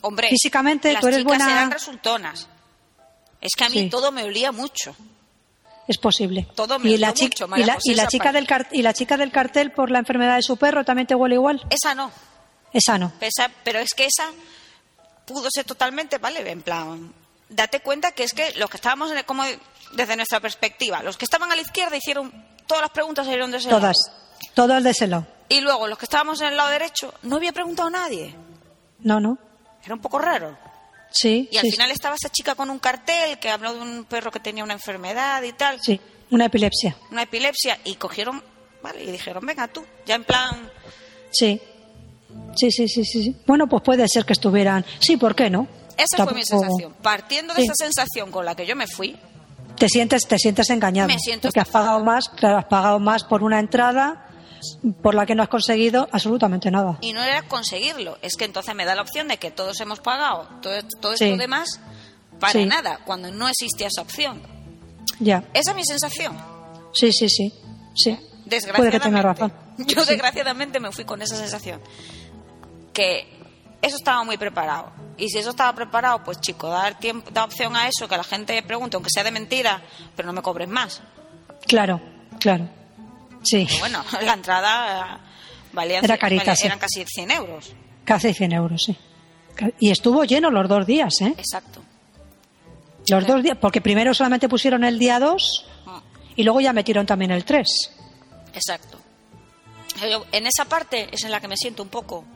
A: Hombre,
B: Físicamente,
A: las
B: tú eres
A: chicas
B: buena-
A: eran resultonas. Es que a mí
B: Sí.
A: todo me olía mucho.
B: Es posible.
A: Todo me
B: y la,
A: gustó
B: chica,
A: mucho,
B: y
A: María
B: la,
A: José,
B: y la
A: esa
B: chica
A: parte.
B: del car- y la chica del cartel por la enfermedad de su perro también te huele igual.
A: Esa no,
B: Esa no.
A: esa- pero es que esa pudo ser totalmente, ¿vale? En plan, date cuenta que es que los que estábamos en el- como desde nuestra perspectiva, los que estaban a la izquierda hicieron todas las preguntas salieron de ese lado.
B: Todas. Todas de ese lado.
A: Y luego los que estábamos en el lado derecho no había preguntado a nadie.
B: No, no.
A: Era un poco raro.
B: Sí.
A: Y al
B: sí,
A: final estaba esa chica con un cartel que habló de un perro que tenía una enfermedad y tal,
B: sí. Una epilepsia.
A: una epilepsia, y cogieron, vale, y dijeron, venga tú, ya en plan,
B: Sí. Sí, sí, sí, sí, sí. Bueno, pues puede ser que estuvieran. Sí, ¿por qué no?
A: esa fue mi
B: Tampoco-
A: sensación. Partiendo de
B: Sí.
A: esa sensación con la que yo me fui,
B: te sientes te sientes engañado
A: Me siento
B: porque has
A: estafada.
B: pagado más claro has pagado más por una entrada por la que no has conseguido absolutamente nada
A: y no era conseguirlo, es que entonces me da la opción de que todos hemos pagado todo, todo
B: Sí.
A: esto demás para
B: Sí.
A: nada, cuando no existía esa opción.
B: ya
A: Esa es mi sensación.
B: sí sí sí sí puede que
A: Desgraciadamente.
B: tengas razón
A: Yo
B: Sí.
A: desgraciadamente me fui con esa sensación. Que eso estaba muy preparado. Y si eso estaba preparado, pues chico, dar tiempo, dar opción a eso, que la gente pregunte, aunque sea de mentira, pero no me cobres más.
B: claro claro sí
A: Pero bueno, la entrada eh, valía
B: Era carita,
A: valía-
B: sí.
A: eran casi 100 euros.
B: casi 100 euros sí y estuvo lleno los dos días eh
A: Exacto.
B: los dos días porque primero solamente pusieron el día 2
A: Mm,
B: y luego ya metieron también el 3
A: Exacto. Yo- en esa parte es en la que me siento un poco, un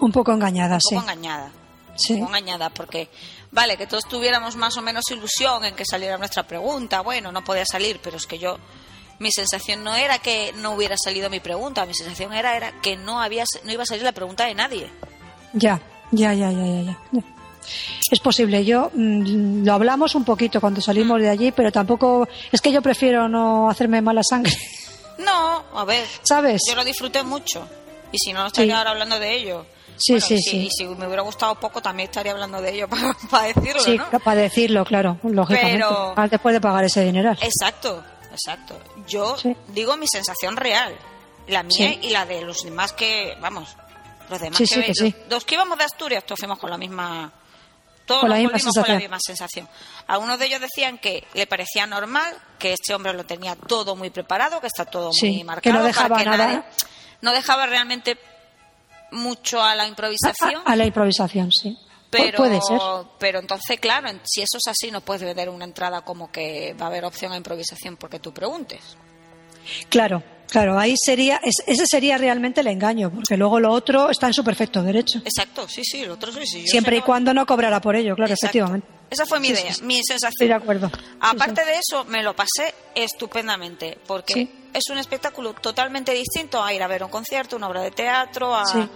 B: un poco engañada
A: poco
B: Ah, sí
A: engañada.
B: sí
A: Pongo añada, porque vale, que todos tuviéramos más o menos ilusión en que saliera nuestra pregunta, bueno, no podía salir, pero es que yo, mi sensación no era que no hubiera salido mi pregunta, mi sensación era, era que no, había, no iba a salir la pregunta de nadie.
B: Ya, ya, ya, ya, ya, ya. ya. Es posible, yo mm, lo hablamos un poquito cuando salimos de allí, pero tampoco es que yo prefiero no hacerme mala sangre,
A: No, a ver,
B: ¿sabes?
A: yo lo disfruté mucho, y si no, no estaría
B: Sí.
A: ahora hablando de ello.
B: Sí,
A: Bueno,
B: sí,
A: y
B: sí.
A: si- Y si me hubiera gustado poco, también estaría hablando de ello para, para decirlo,
B: Sí,
A: ¿no?
B: para decirlo, claro, lógicamente.
A: Pero-
B: Ah, Después de pagar ese dinero.
A: Exacto, exacto. Yo
B: Sí.
A: digo mi sensación real, la mía
B: Sí.
A: y la de los demás que, vamos, los demás
B: Sí,
A: que,
B: sí, que sí.
A: los que íbamos de Asturias todos fuimos con la misma todos
B: Con la
A: nos
B: misma
A: volvimos con la
B: sensación.
A: misma sensación. Algunos de ellos decían que le parecía normal, que este hombre lo tenía todo muy preparado, que está todo
B: Sí,
A: muy
B: que
A: marcado,
B: no
A: para
B: dejaba nada. ¿eh?
A: no dejaba realmente mucho a la improvisación.
B: A, a la improvisación, sí. Pu-
A: Pero,
B: Puede ser.
A: pero entonces, claro, en- si eso es así, no puedes vender una entrada como que va a haber opción a improvisación porque tú preguntes.
B: Claro, claro, ahí sería, es- ese sería realmente el engaño, porque luego lo otro está en su perfecto derecho.
A: Exacto, sí, sí, el otro sí, sí. yo
B: Siempre
A: sé
B: y
A: que-
B: cuando no cobrará por ello, claro,
A: Exacto.
B: efectivamente.
A: Esa fue mi
B: Sí,
A: idea,
B: sí, sí.
A: mi sensación.
B: Estoy de acuerdo. Sí,
A: Aparte
B: sí.
A: de eso, me lo pasé estupendamente, porque
B: Sí.
A: es un espectáculo totalmente distinto a ir a ver un concierto, una obra de teatro, a...
B: Sí,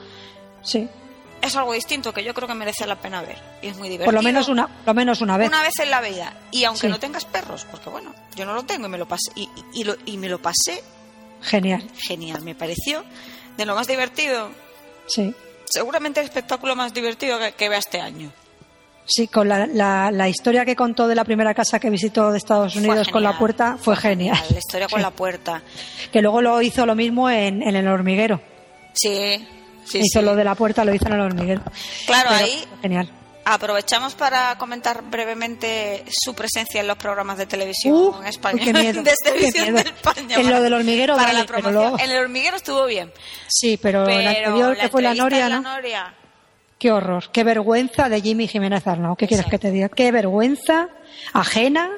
B: sí.
A: es algo distinto que yo creo que merece la pena ver. Y es muy divertido.
B: Por lo menos una, por lo menos una vez.
A: Una vez en la vida. Y aunque
B: Sí.
A: no tengas perros, porque bueno, yo no lo tengo y me lo pasé, y, y- y lo- y me lo pasé
B: Genial,
A: genial, me pareció de lo más divertido.
B: sí.
A: Seguramente el espectáculo más divertido que, que vea este año.
B: Sí, con la, la- la historia que contó de la primera casa que visitó de Estados
A: Fue
B: Unidos con la
A: genial.
B: puerta fue genial.
A: La historia con
B: Sí.
A: la puerta.
B: Que luego lo hizo lo mismo en, en El Hormiguero.
A: Sí, sí,
B: hizo
A: sí.
B: lo de la puerta, lo hizo en El Hormiguero.
A: Claro,
B: Pero
A: ahí-
B: fue Genial.
A: Aprovechamos para comentar brevemente su presencia en los programas de televisión
B: Uh,
A: en España.
B: uy, qué miedo,
A: Desde
B: qué
A: Visión
B: miedo.
A: de España.
B: En
A: para-
B: lo del hormiguero,
A: para
B: vale,
A: la
B: pero
A: promoción.
B: luego-
A: En el hormiguero estuvo bien.
B: Sí, pero,
A: Pero
B: la anterior que fue la
A: entrevista en
B: Noria,
A: la
B: ¿no?
A: Noria,
B: Qué horror, qué vergüenza de Jimmy Jiménez Arnau. ¿Qué quieres que
A: Exacto.
B: te diga? Qué vergüenza ajena.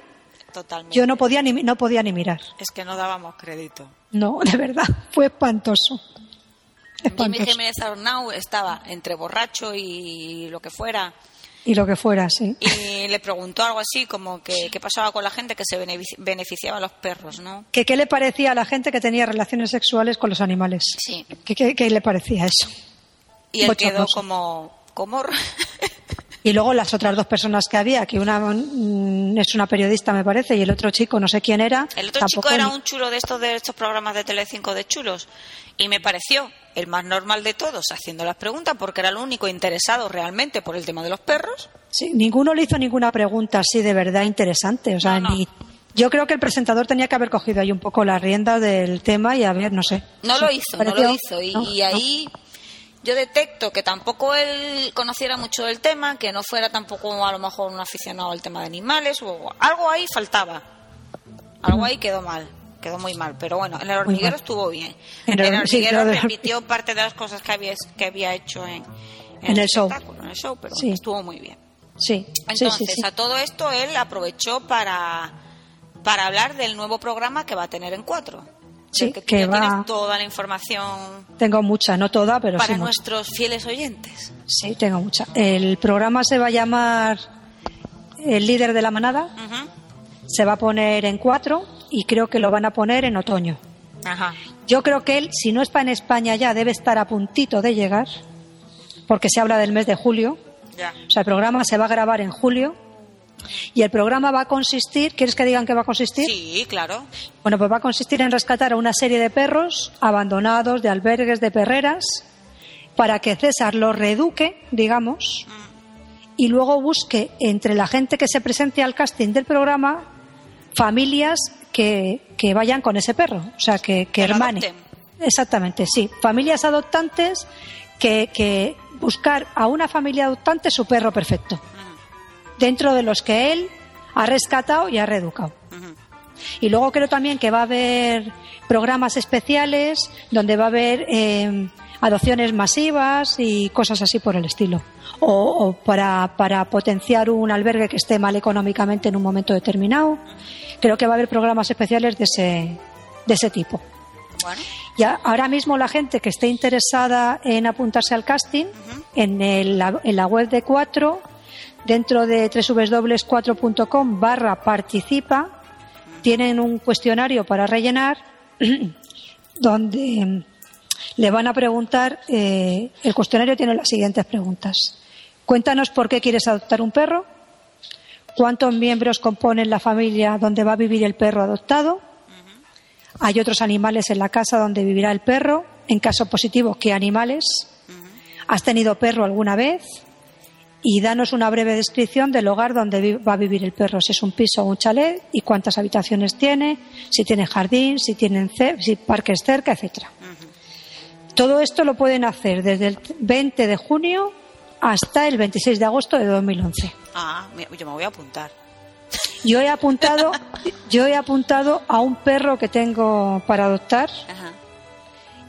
A: Totalmente.
B: Yo no podía ni no podía ni mirar.
A: Es que no dábamos crédito.
B: No, de verdad, fue espantoso.
A: Jimmy
B: Espantoso.
A: Jiménez Arnau estaba entre borracho y lo que fuera.
B: Y lo que fuera, sí.
A: Y le preguntó algo así como que qué pasaba con la gente que se benefici- beneficiaba a los perros, ¿no?
B: ¿Que ¿Qué le parecía a la gente que tenía relaciones sexuales con los animales?
A: Sí.
B: ¿Qué, qué- qué le parecía eso?
A: Y él quedó
B: Bochornoso.
A: como... ¿Cómo?
B: Y luego las otras dos personas que había, que una mm, es una periodista, me parece, y el otro chico, no sé quién era.
A: El otro chico
B: tampoco
A: era
B: ni-
A: un chulo de estos de estos programas de Telecinco de chulos y me pareció el más normal de todos haciendo las preguntas porque era el único interesado realmente por el tema de los perros.
B: Sí, ninguno le hizo ninguna pregunta así de verdad interesante. O sea,
A: No, no.
B: ni- yo creo que el presentador tenía que haber cogido ahí un poco la rienda del tema y a ver, no sé.
A: No
B: Sí,
A: lo hizo, no
B: pareció-
A: lo hizo y,
B: no,
A: y ahí yo detecto que tampoco él conociera mucho del tema, que no fuera tampoco a lo mejor un aficionado al tema de animales o algo ahí faltaba. Algo ahí quedó mal, quedó muy mal, pero bueno, en el hormiguero
B: mal.
A: estuvo bien. En el
B: En el-
A: hormiguero
B: sí, claro, del-
A: repitió parte de las cosas que había que había hecho en,
B: En el show.
A: espectáculo, en el show, pero
B: Sí.
A: estuvo muy bien.
B: no. Sí, sí, sí,
A: Entonces,
B: sí.
A: a todo esto él aprovechó para, para hablar del nuevo programa que va a tener en cuatro.
B: Sí,
A: Del tú
B: que
A: ya
B: va-
A: tienes toda la información
B: Tengo mucha, no toda, pero
A: para
B: sí, mucha.
A: nuestros fieles oyentes.
B: sí, tengo mucha. El programa se va a llamar El líder de la manada.
A: Ujú.
B: Se va a poner en cuatro y creo que lo van a poner en otoño.
A: Ajá.
B: Yo creo que él, si no está en España ya, debe estar a puntito de llegar, porque se habla del mes de julio.
A: Ya.
B: O sea, el programa se va a grabar en julio. Y el programa va a consistir, ¿quieres que digan que va a consistir?
A: Sí, claro.
B: Bueno, pues va a consistir en rescatar a una serie de perros abandonados de albergues de perreras para que César los reeduque, digamos, y luego busque entre la gente que se presente al casting del programa familias que, que vayan con ese perro, o sea, que, que
A: Que lo
B: hermane.
A: adopten.
B: Exactamente, sí. Familias adoptantes que, que buscar a una familia adoptante su perro perfecto,
A: Ujú,
B: dentro de los que él ha rescatado y ha reeducado.
A: ujú.
B: Y luego creo también que va a haber programas especiales donde va a haber eh, adopciones masivas y cosas así por el estilo. O, o para, para potenciar un albergue que esté mal económicamente en un momento determinado. Creo que va a haber programas especiales de ese, de ese tipo.
A: Bueno,
B: Y a- ahora mismo la gente que esté interesada en apuntarse al casting,
A: Ujú.
B: en, el- la- en la web de 4, dentro de www.4.com barra participa, tienen un cuestionario para rellenar donde mm, le van a preguntar, eh, el cuestionario tiene las siguientes preguntas. Cuéntanos por qué quieres adoptar un perro, cuántos miembros componen la familia donde va a vivir el perro adoptado, hay otros animales en la casa donde vivirá el perro. En caso positivo, ¿qué animales? ¿Has tenido perro alguna vez? Y danos una breve descripción del hogar donde vi- va a vivir el perro, si es un piso o un chalet, y cuántas habitaciones tiene, si tiene jardín, si tienen ce- si parques cerca, etcétera. Todo esto lo pueden hacer desde el 20 de junio hasta el 26 de agosto de 2011.
A: ah, mira, yo me voy a apuntar.
B: Yo he apuntado, yo he apuntado a un perro que tengo para adoptar,
A: Ajá.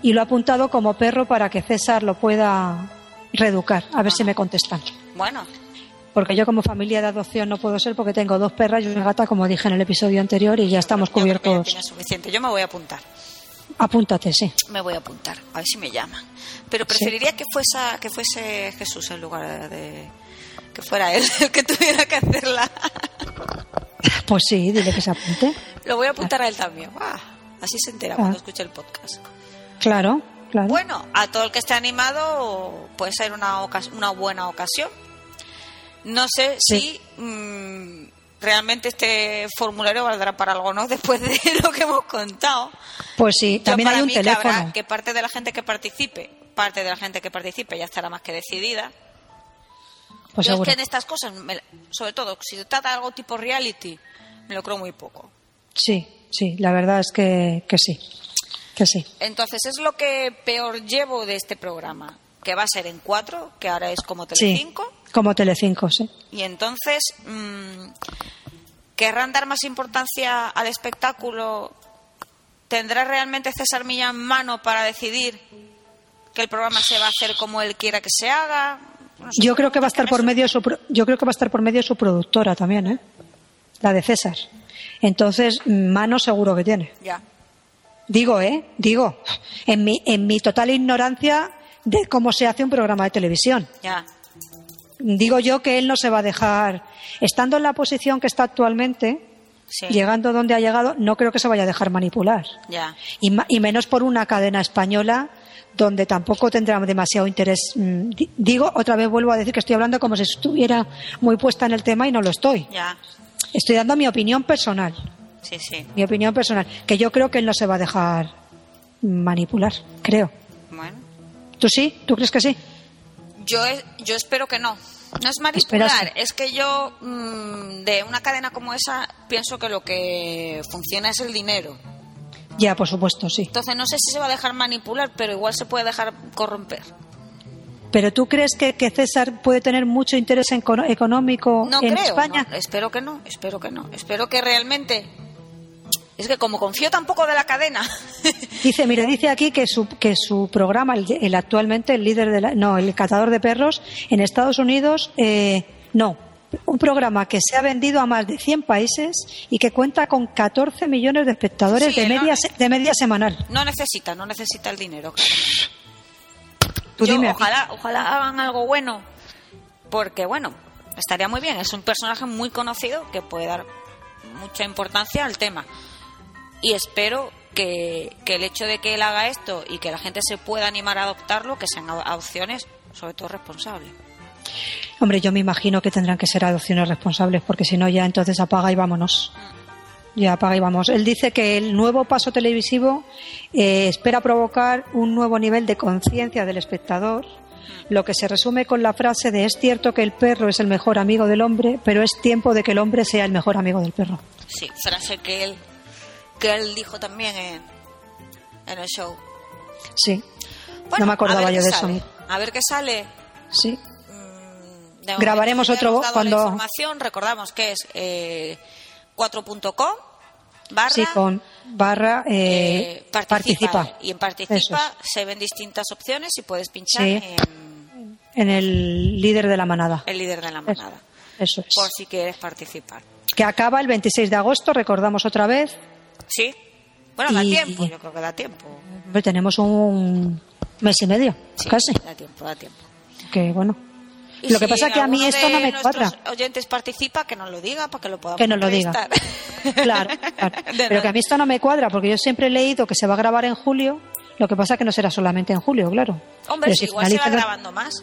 B: y lo ha apuntado como perro para que César lo pueda reeducar. A ver si me contestan.
A: Bueno,
B: Porque yo como familia de adopción no puedo ser porque tengo dos perras y una gata, como dije en el episodio anterior, y ya estamos
A: yo creo que ya
B: cubiertos.
A: tiene suficiente. Yo me voy a apuntar.
B: Apúntate, sí.
A: Me voy a apuntar, a ver si me llaman. Pero preferiría que, fuese, que fuese Jesús en lugar de. que fuera él el que tuviera que hacerla.
B: Pues sí, dile que se apunte.
A: Lo voy a apuntar a él también. ¡Guau! Así se entera
B: Ah.
A: cuando escuche el podcast.
B: Claro, claro.
A: Bueno, a todo el que esté animado puede ser una, ocas- una buena ocasión. No sé
B: Sí.
A: si mm, realmente este formulario valdrá para algo, ¿no? Después de lo que hemos contado.
B: pues sí,
A: Yo
B: también
A: para
B: hay un
A: mí que habrá
B: teléfono.
A: que parte de la gente que participe, parte de la gente que participe ya estará más que decidida.
B: Pues
A: Yo es
B: seguro.
A: que en estas cosas, me la- sobre todo, si se trata de algo tipo reality, me lo creo muy poco.
B: Sí, sí, la verdad es que, que sí. Que sí.
A: Entonces es lo que peor llevo de este programa, que va a ser en cuatro, que ahora es como
B: Sí.
A: Telecinco, Pues
B: Como Telecinco, sí.
A: y entonces mm, querrán dar más importancia al espectáculo. ¿Tendrá realmente César Millán mano para decidir que el programa se va a hacer como él quiera que se haga? No sé.
B: Yo creo que va a estar por medio de su pro- yo creo que va a estar por medio de su productora también, ¿eh? La de César. Entonces, mano seguro que tiene.
A: Ya.
B: Digo, ¿eh? Digo, en mi en mi total ignorancia de cómo se hace un programa de televisión.
A: Ya,
B: Digo yo que él no se va a dejar estando en la posición que está actualmente,
A: sí,
B: llegando donde ha llegado, no creo que se vaya a dejar manipular.
A: ya,
B: Y, ma- y menos por una cadena española donde tampoco tendrá demasiado interés. Mm, di- Digo, otra vez vuelvo a decir que estoy hablando como si estuviera muy puesta en el tema y no lo estoy.
A: ya,
B: Estoy dando mi opinión personal,
A: sí, sí.
B: mi opinión personal, que yo creo que él no se va a dejar manipular, creo.
A: Bueno,
B: ¿Tú sí? ¿Tú crees que sí?
A: yo, es- yo espero que no. No es manipular,
B: Esperas-
A: es que yo mm, de una cadena como esa pienso que lo que funciona es el dinero.
B: Ya, por supuesto, sí.
A: Entonces no sé si se va a dejar manipular, pero igual se puede dejar corromper.
B: Pero ¿tú crees que, que César puede tener mucho interés en cono- económico
A: No
B: Oh, en
A: creo.
B: España?
A: no, espero que no, espero que no. Espero que realmente. Es que como confío tampoco de la cadena.
B: Dice, mira, dice aquí que su, que su programa, el, el actualmente el líder de la- no, el catador de perros en Estados Unidos, eh, no, un programa que se ha vendido a más de 100 países y que cuenta con 14 millones de espectadores
A: Sí,
B: de media
A: enorme.
B: se- de media semanal.
A: no necesita, no necesita el dinero. claro.
B: Tú
A: Yo,
B: dime, a ti.
A: ojalá, ojalá hagan algo bueno. Porque, bueno, estaría muy bien. Es un personaje muy conocido que puede dar mucha importancia al tema. Y espero que, que el hecho de que él haga esto y que la gente se pueda animar a adoptarlo, que sean a- adopciones, sobre todo responsables.
B: Hombre, yo me imagino que tendrán que ser adopciones responsables, porque si no ya entonces apaga y vámonos. Ya apaga y vamos. Él dice que el nuevo paso televisivo eh, espera provocar un nuevo nivel de conciencia del espectador, lo que se resume con la frase de es cierto que el perro es el mejor amigo del hombre, pero es tiempo de que el hombre sea el mejor amigo del perro.
A: Sí, frase que él, que él dijo también en, en el show.
B: Sí,
A: Bueno,
B: no me
A: a
B: acordaba
A: ver
B: yo
A: qué
B: de
A: sale.
B: eso.
A: A ver qué sale.
B: Sí,
A: Mm, de momento
B: Grabaremos
A: ya
B: otro
A: hemos dado
B: cuando-
A: La información, recordamos que es eh, 4.com barra
B: sí, con barra eh,
A: eh, participa.
B: participa.
A: Y en
B: Eso
A: participa
B: es.
A: se ven distintas opciones y puedes pinchar
B: Sí.
A: en
B: en el líder de la manada.
A: el líder de la
B: Eso,
A: manada,
B: eso es.
A: por si quieres participar.
B: Que acaba el 26 de agosto, recordamos otra vez,
A: Sí. Bueno, da
B: Y-
A: tiempo, yo creo que da tiempo.
B: Hombre, tenemos un mes y medio,
A: Sí,
B: casi.
A: Da tiempo, da tiempo.
B: Que bueno.
A: Y
B: Lo que
A: si
B: pasa que a mí
A: alguno
B: esto no
A: de
B: me
A: nuestros
B: cuadra.
A: oyentes participa, que nos lo diga para que lo podamos
B: Que nos lo diga.
A: entrevistar.
B: Claro, claro.
A: De
B: Pero que
A: nada.
B: a mí esto no me cuadra, porque yo siempre he leído que se va a grabar en julio. Lo que pasa que no será solamente en julio, claro.
A: Hombre,
B: Pero
A: sí, igual se va
B: finaliza-
A: grabando más.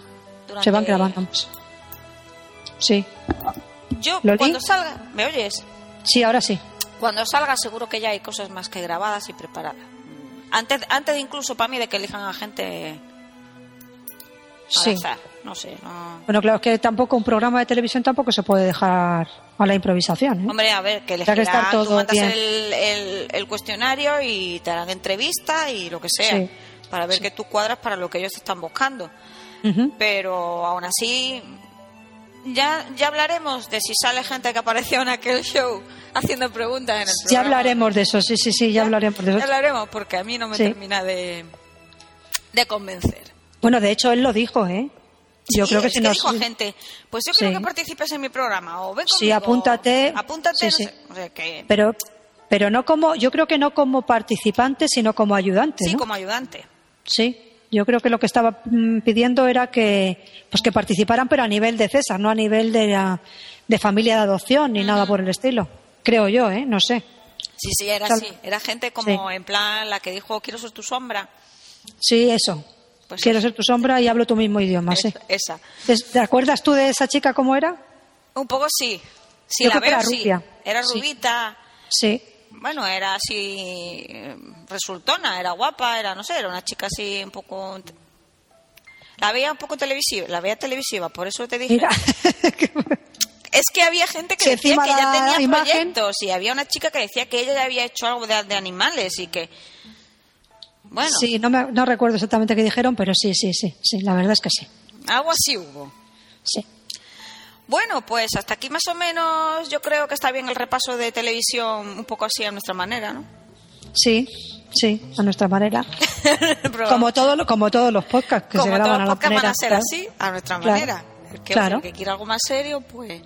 A: durante-
B: Se van grabando más. Sí,
A: Yo,
B: ¿Loli?
A: cuando salga, ¿me oyes?
B: sí, ahora sí.
A: Cuando salga, seguro que ya hay cosas más que grabadas y preparadas. Mm, Antes, antes de incluso para mí de que elijan a gente al
B: Sí.
A: azar. No sé, no.
B: Bueno, claro, es que tampoco un programa de televisión tampoco se puede dejar a la improvisación. ¿eh?
A: Hombre, a ver, que
B: Tendrá que estar
A: elegirán, tú
B: todo
A: mandas
B: bien.
A: el, el- el cuestionario y te harán entrevista y lo que sea,
B: Sí.
A: para ver que tú cuadras para lo que ellos están buscando.
B: Ujú.
A: pero aún así ya, ya hablaremos de si sale gente que apareció en aquel show haciendo preguntas en el programa.
B: Ya hablaremos de eso, sí, sí, sí, ya hablaremos de
A: Ya
B: eso.
A: hablaremos porque a mí no me
B: Sí.
A: termina de, de convencer.
B: Bueno, de hecho, él lo dijo, ¿eh? Yo
A: Sí,
B: creo que
A: es
B: si nos...
A: dijo a gente, pues yo creo
B: Sí.
A: que participes en mi programa o ven
B: Sí,
A: conmigo,
B: apúntate.
A: apúntate,
B: Sí,
A: no
B: sí.
A: sé, o sea que-
B: Pero Pero no como, yo creo que no como participante, sino como ayudante.
A: Sí,
B: ¿no?
A: como ayudante.
B: Sí. Yo creo que lo que estaba mm, pidiendo era que, pues que participaran, pero a nivel de César, no a nivel de, la- de familia de adopción ni nada por el estilo. Creo yo, ¿eh? No sé.
A: Sí, sí, era
B: Sal-
A: así. Era gente como en plan la que dijo, quiero ser tu sombra.
B: Sí, eso.
A: Pues
B: Quiero
A: eso.
B: ser tu sombra y hablo tu mismo idioma, sí.
A: Esa.
B: ¿Te- ¿Te acuerdas tú de esa chica cómo era?
A: Un poco sí. Sí,
B: Yo
A: la
B: creo que
A: veo,
B: era
A: sí.
B: rubia.
A: Era
B: Sí.
A: rubita.
B: Sí.
A: Bueno, era así eh, resultona, era guapa, era no sé, era una chica así un poco la veía un poco televisiva, la veía televisiva, por eso te dije.
B: Mira.
A: Es que había gente que
B: Si
A: decía
B: encima
A: que ya
B: la
A: tenía
B: imagen-
A: proyectos y había una chica que decía que ella ya había hecho algo de, de animales y que bueno,
B: Sí, no, me- no recuerdo exactamente qué dijeron, pero sí, sí, sí, sí, la verdad es que sí.
A: algo así hubo.
B: Sí.
A: Bueno, pues hasta aquí más o menos yo creo que está bien el repaso de televisión un poco así a nuestra manera, ¿no?
B: Sí, sí, a nuestra manera.
A: Pero-
B: Como, todo, lo- como todos los podcasts que se
A: como todos
B: graban a
A: los
B: la
A: podcasts
B: manera.
A: van a ser
B: claro.
A: así, a nuestra
B: Claro.
A: manera. El que,
B: Claro.
A: el que quiera algo más serio, pues.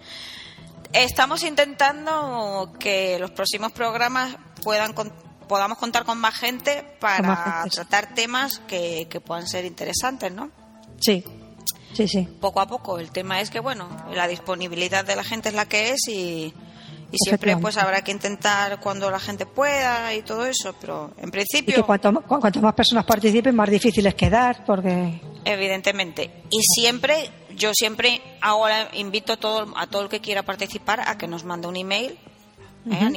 A: Estamos intentando que los próximos programas puedan con- podamos contar con más gente para
B: Con más gente, sí.
A: tratar temas que, que puedan ser interesantes, ¿no?
B: Sí, sí, sí.
A: Poco a poco. El tema es que, bueno, la disponibilidad de la gente es la que es y, y siempre
B: Efectivamente.
A: pues habrá que intentar cuando la gente pueda y todo eso, pero en
B: Y
A: principio...
B: que cuanto, ma- cu- cuanto más personas participen, más difícil es quedar, porque
A: Evidentemente. Y siempre, yo siempre ahora invito a todo, a todo el que quiera participar a que nos mande un email, eh,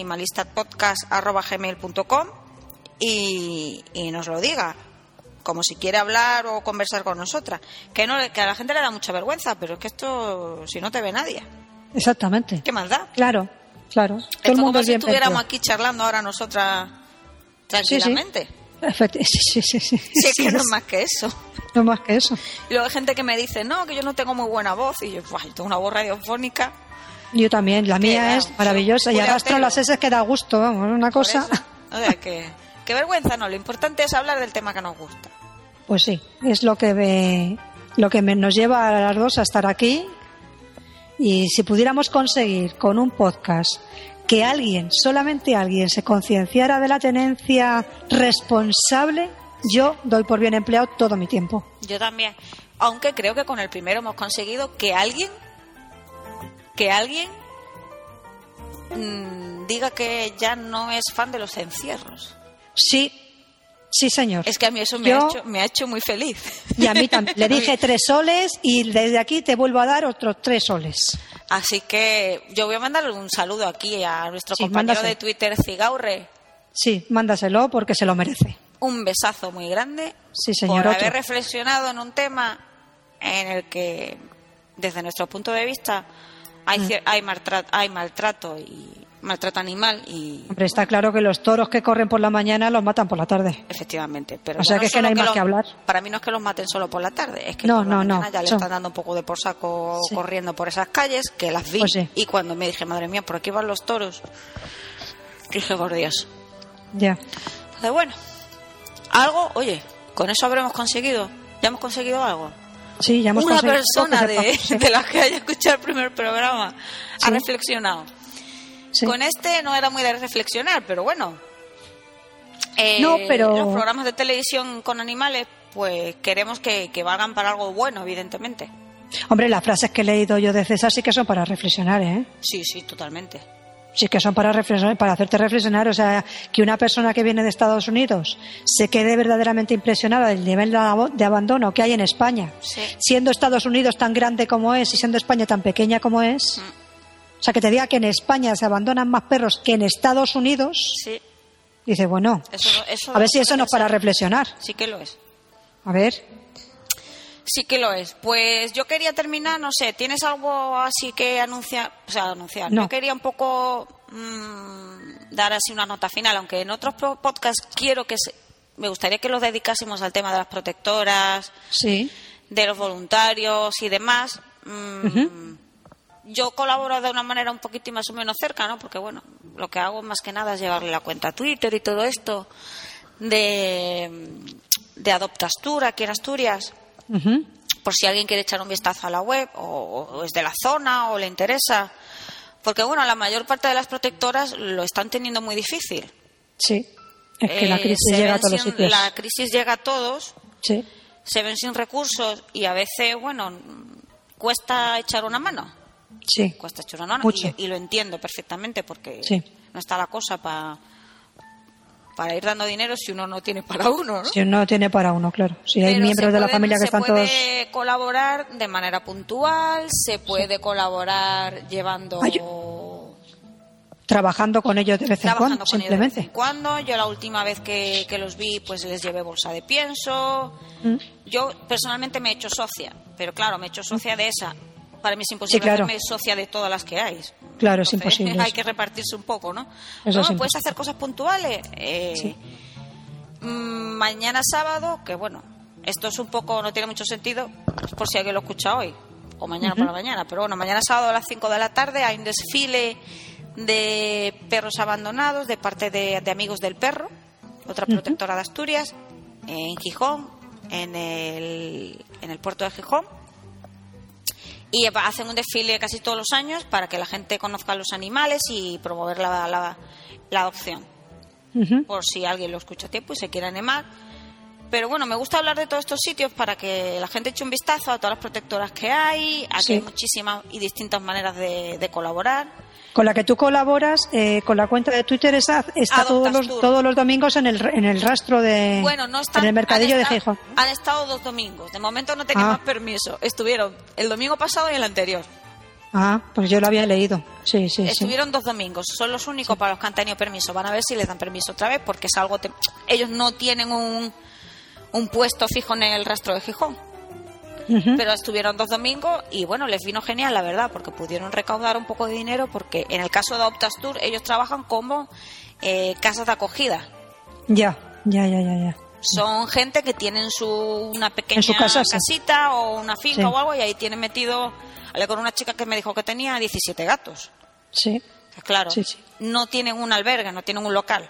A: animalistapodcast.gmail.com y, y nos lo diga. Como si quiere hablar o conversar con nosotras. Que, no, le- que a la gente le da mucha vergüenza, pero es que esto, si no te ve nadie,
B: exactamente.
A: ¿qué más da?
B: Claro, claro. Todo
A: Esto
B: el mundo
A: como
B: es
A: si
B: bien
A: estuviéramos
B: pensado.
A: aquí charlando ahora nosotras
B: Sí, sí.
A: tranquilamente.
B: Efecti- Sí, sí, sí. sí,
A: Si es
B: Sí,
A: que no
B: es-
A: es más que eso.
B: no más que eso.
A: Y luego hay gente que me dice, no, que yo no tengo muy buena voz. Y yo, "Buah, yo tengo una voz radiofónica.
B: Yo también, la mía
A: vamos,
B: es maravillosa y
A: Julia
B: arrastro
A: Otero.
B: las heces que da gusto, vamos, una
A: por
B: cosa.
A: eso". O sea, que, que vergüenza no. Lo importante es hablar del tema que nos gusta.
B: Pues sí, es lo que ve- lo que me- nos lleva a las dos a estar aquí. Y si pudiéramos conseguir con un podcast que alguien, solamente alguien, se concienciara de la tenencia responsable, yo doy por bien empleado todo mi tiempo.
A: Yo también. Aunque creo que con el primero hemos conseguido que alguien, que alguien mm, diga que ya no es fan de los encierros.
B: Sí, sí, señor.
A: Es que a mí eso me,
B: Yo-
A: ha, hecho, me ha hecho muy feliz.
B: Y a mí también. Le dije tres soles y desde aquí te vuelvo a dar otros tres soles.
A: Así que yo voy a mandarle un saludo aquí a nuestro
B: Sí,
A: compañero
B: mándaselo.
A: de Twitter, Cigaurre.
B: Sí, mándaselo porque se lo merece.
A: un besazo muy grande
B: Sí, señor,
A: por
B: otro.
A: haber reflexionado en un tema en el que, desde nuestro punto de vista, hay,
B: Mm.
A: cier- hay, maltrato, hay maltrato y maltrato animal y
B: Hombre, está claro que los toros que corren por la mañana los matan por la tarde.
A: efectivamente. Pero
B: O sea
A: yo
B: que es que no
A: solo
B: hay más
A: los-
B: que hablar.
A: Para mí no es que los maten solo por la tarde, es que
B: No,
A: por la
B: no, no,
A: mañana ya le
B: eso.
A: están dando un poco de por saco
B: Sí.
A: corriendo por esas calles que las vi
B: Pues sí.
A: y cuando me dije madre mía por aquí van los toros dije por Dios.
B: Ya.
A: Entonces, bueno, algo, oye, con eso habremos conseguido. Ya hemos conseguido algo.
B: Sí, ya hemos
A: Una
B: conseguido
A: persona
B: que
A: de,
B: sepamos,
A: de las que haya escuchado el primer programa ha
B: Sí.
A: reflexionado.
B: sí.
A: Con este no era muy de reflexionar, pero bueno. Eh,
B: No, pero-
A: Los programas de televisión con animales, pues queremos que, que valgan para algo bueno, evidentemente.
B: Hombre, las frases que he leído yo de César sí que son para reflexionar, ¿eh?
A: Sí, sí, totalmente.
B: Sí que son para reflexionar, para hacerte reflexionar. O sea, que una persona que viene de Estados Unidos se quede verdaderamente impresionada del nivel de abo- de abandono que hay en España,
A: Sí.
B: siendo Estados Unidos tan grande como es y siendo España tan pequeña como es.
A: Mm,
B: O sea, que te diga que en España se abandonan más perros que en Estados Unidos.
A: Sí,
B: Dice, bueno,
A: Eso- eso-
B: a ver si eso nos para reflexionar.
A: sí que lo es.
B: A ver,
A: Sí que lo es. Pues yo quería terminar, no sé, ¿tienes algo así que anunciar? O sea, anunciar.
B: No.
A: Yo quería un poco mm, dar así una nota final, aunque en otros pro- podcasts quiero que se- me gustaría que los dedicásemos al tema de las protectoras,
B: sí,
A: de los voluntarios y demás. Mm, Yo colaboro de una manera un poquito más o menos cerca, ¿no? Porque, bueno, lo que hago más que nada es llevarle la cuenta a Twitter y todo esto de, de Adoptastur aquí en Asturias
B: ujú,
A: por si alguien quiere echar un vistazo a la web o, o es de la zona o le interesa. Porque, bueno, la mayor parte de las protectoras lo están teniendo muy difícil.
B: Sí, es que la
A: Eh,
B: crisis
A: se
B: llega a
A: ven
B: todos los
A: sin-
B: sitios.
A: La crisis llega a todos,
B: Sí.
A: se ven sin recursos y a veces, bueno, mm, cuesta echar una mano.
B: Sí,
A: Cuesta echar una mano.
B: Mucho.
A: Y, y lo entiendo perfectamente porque
B: Sí.
A: no está la cosa pa- para ir dando dinero si uno no tiene para uno, ¿no?
B: si uno tiene para uno, claro. Si hay
A: Pero
B: miembros
A: se
B: de la
A: pueden-
B: familia que están
A: Se
B: todos
A: puede colaborar de manera puntual, se puede colaborar llevando.
B: Ay, trabajando con ellos de vez en
A: trabajando
B: cuando,
A: con ellos de vez
B: simplemente.
A: en cuando. Yo la última vez que, que los vi, pues les llevé bolsa de pienso.
B: Mm.
A: Yo personalmente me he hecho socia, pero claro, me he hecho socia de esa. Para mí es imposible
B: claro.
A: hacerme socia de todas las que hay.
B: Mm. Claro, es
A: Entonces,
B: imposible.
A: Hay que repartirse un poco, ¿no?
B: Eso
A: no,
B: es
A: puedes
B: imposible.
A: hacer cosas puntuales. eh,
B: Sí.
A: mm, mañana sábado, que bueno, esto es un poco, no tiene mucho sentido, por si alguien lo escucha hoy, o mañana por la mañana, pero bueno, mañana sábado a las 5 de la tarde hay un desfile de perros abandonados de parte de, de Amigos del Perro, otra protectora de Asturias, en Gijón, en el, en el puerto de Gijón. Y hacen un desfile casi todos los años para que la gente conozca los animales y promover la- la- la adopción
B: Ujú.
A: por si alguien lo escucha a tiempo y se quiere animar. Pero bueno, me gusta hablar de todos estos sitios para que la gente eche un vistazo a todas las protectoras que hay, a
B: Sí.
A: que hay muchísimas y distintas maneras de, de colaborar.
B: Con la que tú colaboras, eh, con la cuenta de Twitter esa está
A: Adoptas
B: todos los,
A: Tour.
B: todos los domingos en el, en el rastro de
A: Bueno, no están,
B: Eh, en el mercadillo
A: han
B: de
A: esta-
B: Gijón.
A: Han estado dos domingos. De momento no tenían
B: Ah.
A: más permiso. Estuvieron el domingo pasado y el anterior.
B: Ah, pues yo lo había leído. Sí, sí, sí.
A: Estuvieron dos domingos. Son los únicos para los que han tenido permiso. Van a ver si les dan permiso otra vez porque es algo... te- Ellos no tienen un, un puesto fijo en el rastro de Gijón.
B: Ujú.
A: Pero estuvieron dos domingos y bueno, les vino genial, la verdad, porque pudieron recaudar un poco de dinero porque en el caso de Optas Tour ellos trabajan como eh, casas de acogida.
B: Ya, ya, ya, ya, ya.
A: Son gente que tienen su, una pequeña
B: Mm. En su casa, sí.
A: casita o una finca
B: Sí.
A: o algo y ahí tienen metido, hablé con una chica que me dijo que tenía 17 gatos.
B: Sí,
A: O sea, claro,
B: Sí, sí.
A: no tienen un albergue, no tienen un local,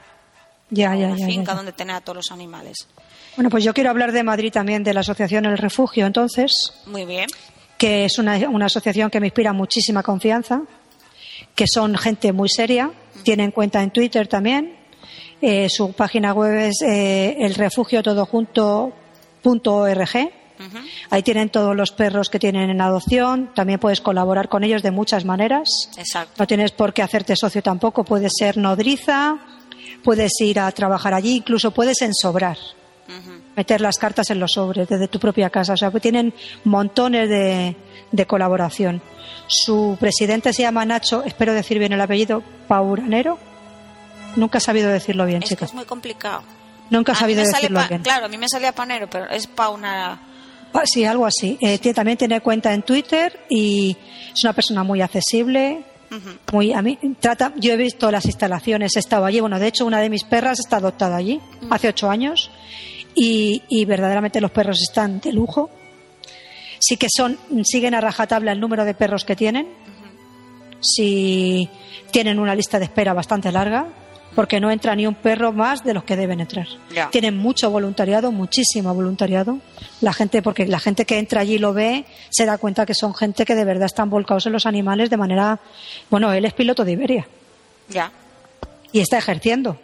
B: ya, ya,
A: una
B: ya, ya,
A: finca
B: ya.
A: donde tener a todos los animales.
B: Bueno, pues yo quiero hablar de Madrid también, de la asociación El Refugio, entonces,
A: Muy bien.
B: que es una, una asociación que me inspira muchísima confianza, que son gente muy seria, tienen cuenta en Twitter también, eh, su página web es eh, elrefugiotodojunto.org.
A: Ujú.
B: Ahí tienen todos los perros que tienen en adopción. También puedes colaborar con ellos de muchas maneras.
A: Exacto.
B: No tienes por qué hacerte socio tampoco. Puedes ser nodriza, puedes ir a trabajar allí, incluso puedes ensobrar,
A: Ujú.
B: meter las cartas en los sobres desde tu propia casa. O sea, que tienen montones de, de colaboración. Su presidente se llama Nacho, espero decir bien el apellido, Pauranero. Nunca he sabido decirlo bien,
A: Es que
B: chicas.
A: es muy complicado.
B: Nunca he
A: A mí
B: sabido
A: me sale
B: decirlo
A: pa-
B: bien.
A: Claro, a mí me salía panero, pero es pa una...
B: Ah, Sí, algo así. Eh, tie- también tiene cuenta en Twitter y es una persona muy accesible.
A: Ujú.
B: Muy, a mí, trata, yo he visto las instalaciones, he estado allí. Bueno, de hecho, una de mis perras está adoptada allí
A: Mm.
B: hace ocho años y, y verdaderamente los perros están de lujo. Sí que son, siguen a rajatabla el número de perros que tienen. Si tienen una lista de espera bastante larga, porque no entra ni un perro más de los que deben entrar
A: Ya.
B: tienen mucho voluntariado, muchísimo voluntariado. La gente, porque la gente que entra allí y lo ve, se da cuenta que son gente que de verdad están volcados en los animales de manera, bueno, él es piloto de Iberia
A: Ya.
B: y está ejerciendo.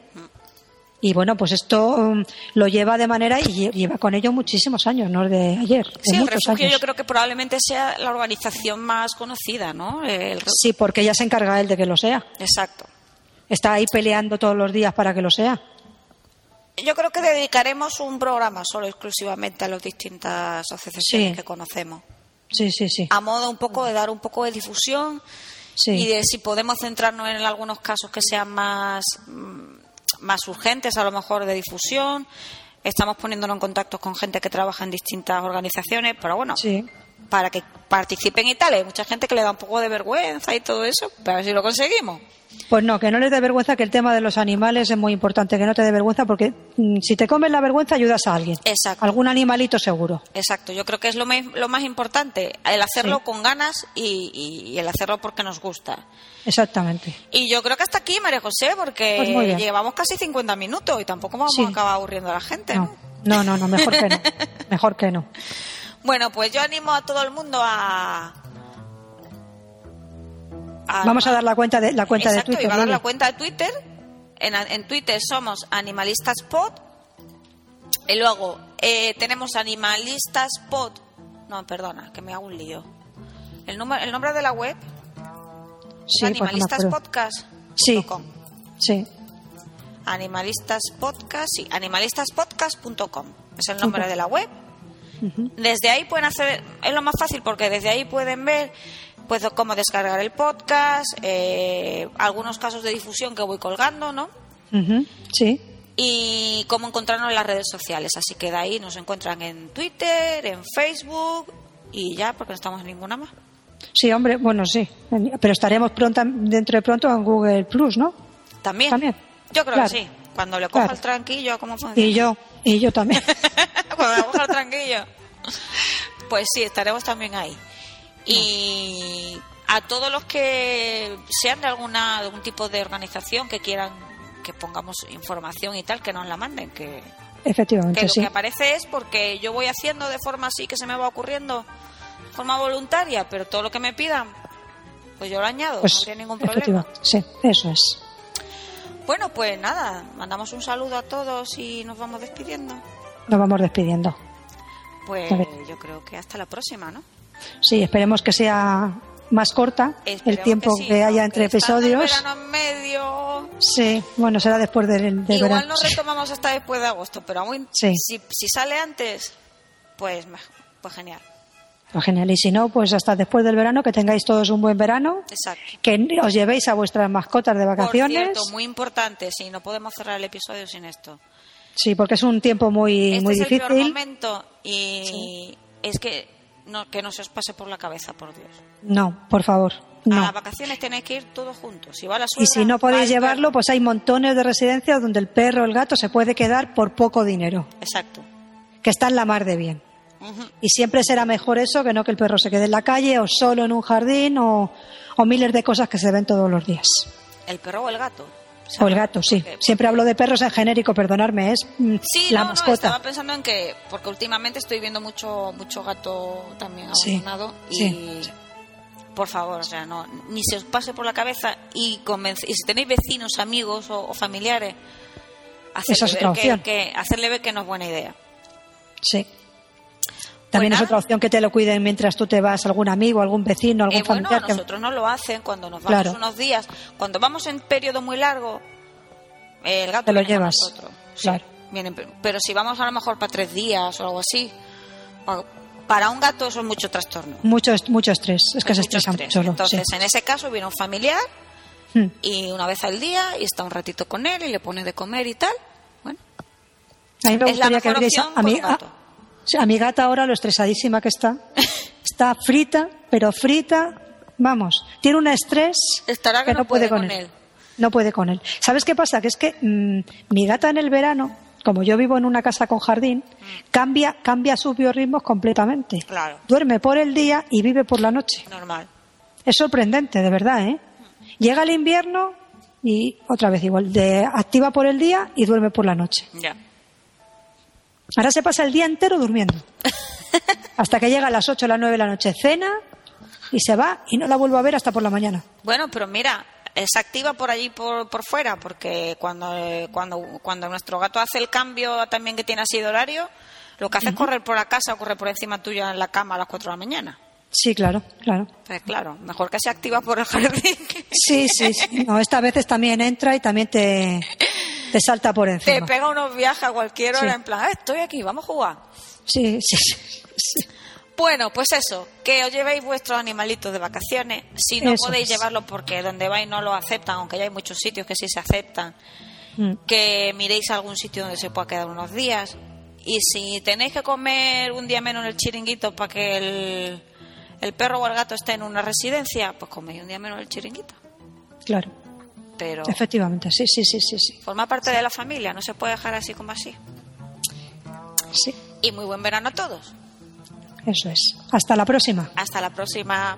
B: Y bueno, pues esto mm, lo lleva de manera y lle- lleva con ello muchísimos años, no de ayer, de
A: Sí, el
B: muchos
A: refugio
B: años.
A: yo creo que probablemente sea la organización más conocida, ¿no? El re-
B: Sí, porque ella se encarga él de que lo sea.
A: Exacto.
B: Está ahí peleando todos los días para que lo sea.
A: Yo creo que dedicaremos un programa solo exclusivamente a las distintas asociaciones
B: Sí.
A: que conocemos.
B: Sí, sí, sí.
A: A modo un poco de dar un poco de difusión
B: sí.
A: Ah, y de si podemos centrarnos en algunos casos que sean más, mm, más urgentes, a lo mejor de difusión. Estamos poniéndonos en contacto con gente que trabaja en distintas organizaciones, pero bueno,
B: Sí.
A: para que participen y tal. Hay mucha gente que le da un poco de vergüenza y todo eso, pero a ver si lo conseguimos.
B: Pues no, que no les dé vergüenza, que el tema de los animales es muy importante, que no te dé vergüenza, porque mm, si te comes la vergüenza ayudas a alguien.
A: Exacto.
B: Algún animalito seguro.
A: Exacto, yo creo que es lo, me- lo más importante, el hacerlo
B: Sí.
A: con ganas y, y- y el hacerlo porque nos gusta.
B: Exactamente.
A: Y yo creo que hasta aquí, María José, porque
B: Pues muy bien.
A: llevamos casi 50 minutos y tampoco vamos
B: Sí.
A: a acabar aburriendo a la gente.
B: No,
A: ¿no?
B: no, no, no, mejor que no. Mejor que no.
A: Bueno, pues yo animo a todo el mundo a
B: Vamos a dar la cuenta de, la cuenta
A: Exacto,
B: de Twitter.
A: iba a dar la
B: Loli.
A: cuenta de Twitter. En, en Twitter somos AnimalistasPod. Y luego eh, tenemos AnimalistasPod. No, perdona, que me hago un lío. El, número, el nombre de la web es
B: Sí, pues no me acuerdo.
A: animalistaspodcast.com.
B: Sí. Sí.
A: Animalistas Podcast, sí, animalistaspodcast.com es el nombre
B: Ujú.
A: de la web.
B: Ujú.
A: Desde ahí pueden hacer, es lo más fácil porque desde ahí pueden ver pues cómo descargar el podcast, eh, algunos casos de difusión que voy colgando, ¿no?
B: Ujú. Sí.
A: Y cómo encontrarnos en las redes sociales. Así que de ahí nos encuentran en Twitter, en Facebook y ya, porque no estamos en ninguna más.
B: Sí, hombre, bueno, sí. Pero estaremos pronto, dentro de pronto en Google Plus, ¿no?
A: También.
B: También.
A: Yo creo
B: Claro.
A: que sí. Cuando le coja
B: Claro.
A: el tranquillo, ¿cómo funciona?
B: Y yo, y yo también.
A: Cuando Pues vamos al tranquillo. Pues sí, estaremos también ahí. Y a todos los que sean de alguna de algún tipo de organización que quieran que pongamos información y tal, que nos la manden, que, que
B: Efectivamente,
A: lo
B: sí.
A: que aparece es porque yo voy haciendo de forma así que se me va ocurriendo, de forma voluntaria, pero todo lo que me pidan, pues yo lo añado, no
B: Pues,
A: habría ningún problema.
B: efectivamente, sí, eso es.
A: Bueno, pues nada, mandamos un saludo a todos y nos vamos despidiendo.
B: Nos vamos despidiendo.
A: Pues
B: Vale.
A: yo creo que hasta la próxima, ¿no?
B: Sí, esperemos que sea más corta
A: Esperemos
B: el tiempo que,
A: sí,
B: haya
A: aunque
B: entre
A: estando el
B: episodios.
A: verano en medio.
B: Sí, bueno, será después del, del
A: Igual
B: verano.
A: nos retomamos hasta después de agosto, pero aún
B: Sí.
A: si, si sale antes, pues, me- pues genial.
B: Pues genial. Y si no, pues hasta después del verano, que tengáis todos un buen verano,
A: Exacto.
B: que os llevéis a vuestras mascotas de vacaciones.
A: Por cierto, muy importante, sí, no podemos cerrar el episodio sin esto.
B: Sí, porque es un tiempo muy,
A: este
B: muy
A: es el peor
B: difícil.
A: momento y es que no, que no se os pase por la cabeza, por Dios.
B: No, por favor.
A: A
B: No.
A: las vacaciones tenéis que ir todos juntos. Si va la
B: Y
A: suegra,
B: si no
A: va
B: podéis
A: el
B: llevarlo, pues hay montones de residencias donde el perro o el gato se puede quedar por poco dinero,
A: perro. Exacto.
B: que está en la mar de bien.
A: Ujú.
B: Y siempre será mejor eso que no que el perro se quede en la calle o solo en un jardín o, o miles de cosas que se ven todos los días.
A: El perro o el gato.
B: O el gato, sí.
A: Porque-
B: Siempre hablo de perros en genérico, perdonarme, es mm,
A: Sí,
B: la
A: no, no,
B: mascota.
A: estaba pensando en que, porque últimamente estoy viendo mucho, mucho gato también
B: Sí,
A: abandonado
B: sí.
A: y por favor, o sea, no, ni se os pase por la cabeza y, convence- y si tenéis vecinos, amigos o, o familiares, hacerle,
B: Esa es
A: ver
B: otra opción.
A: que, que- hacerle ver que no es buena idea.
B: Sí. También
A: Pues
B: es
A: nada.
B: otra opción que te lo cuiden mientras tú te vas, algún amigo, algún vecino, algún
A: Eh, bueno, a
B: familiar. que-
A: nosotros no lo hacen cuando nos vamos
B: Claro.
A: unos días, cuando vamos en periodo muy largo, eh, el gato
B: Te lo
A: viene con
B: llevas,
A: nosotros. Sí,
B: claro.
A: viene, pero- pero si vamos a lo mejor para tres días o algo así, pa- para un gato eso es mucho trastorno.
B: Mucho, est- mucho estrés, es que
A: Mucho
B: se estresan
A: estrés.
B: mucho. los- sí.
A: Entonces, en ese caso viene un familiar
B: Mm.
A: y una vez al día y está un ratito con él y le pone de comer y tal. Bueno,
B: A mí me
A: es la
B: gustaría que
A: mejor
B: vierais a,
A: opción
B: a
A: por
B: mi,
A: un gato.
B: a- sí, a mi gata ahora lo estresadísima que está. Está frita, pero frita, vamos, tiene un estrés
A: Estará que no puede con él.
B: No puede con él. ¿Sabes qué pasa? Que es que mm, mi gata en el verano, como yo vivo en una casa con jardín, cambia, cambia sus biorritmos completamente.
A: Mm. Claro.
B: Duerme por el día y vive por la noche.
A: normal.
B: Es sorprendente, de verdad, ¿eh? Llega el invierno y otra vez igual, de, activa por el día y duerme por la noche.
A: Ya.
B: Ahora se pasa el día entero durmiendo. Hasta que llega a las 8 o las 9 de la noche, cena y se va y no la vuelvo a ver hasta por la mañana.
A: Bueno, pero mira, es activa por allí por, por fuera, porque cuando, eh, cuando, cuando nuestro gato hace el cambio también que tiene así de horario, lo que hace es correr por la casa o correr por encima tuya en la cama a las 4 de la mañana.
B: Sí, claro, claro.
A: Entonces, claro, mejor que se activa por el jardín.
B: Sí, sí, sí. No, esta veces también entra y también te, te salta por
A: Te
B: encima.
A: pega unos viajes a cualquier hora
B: Sí.
A: en plan, "Ah, estoy aquí, vamos a jugar.
B: Sí, sí, sí, sí.
A: Bueno, pues eso, que os llevéis vuestros animalitos de vacaciones. Si no
B: Eso
A: podéis
B: es.
A: llevarlo porque donde vais no lo aceptan, aunque ya hay muchos sitios que sí se aceptan,
B: Mm.
A: que miréis algún sitio donde se pueda quedar unos días. Y si tenéis que comer un día menos en el chiringuito para que el, el perro o el gato esté en una residencia, pues coméis un día menos en el chiringuito.
B: Claro,
A: Pero
B: efectivamente, sí, sí, sí, sí, sí.
A: forma parte de la familia, no se puede dejar así como así.
B: sí
A: Y muy buen verano a todos.
B: eso es. Hasta la próxima.
A: Hasta la próxima.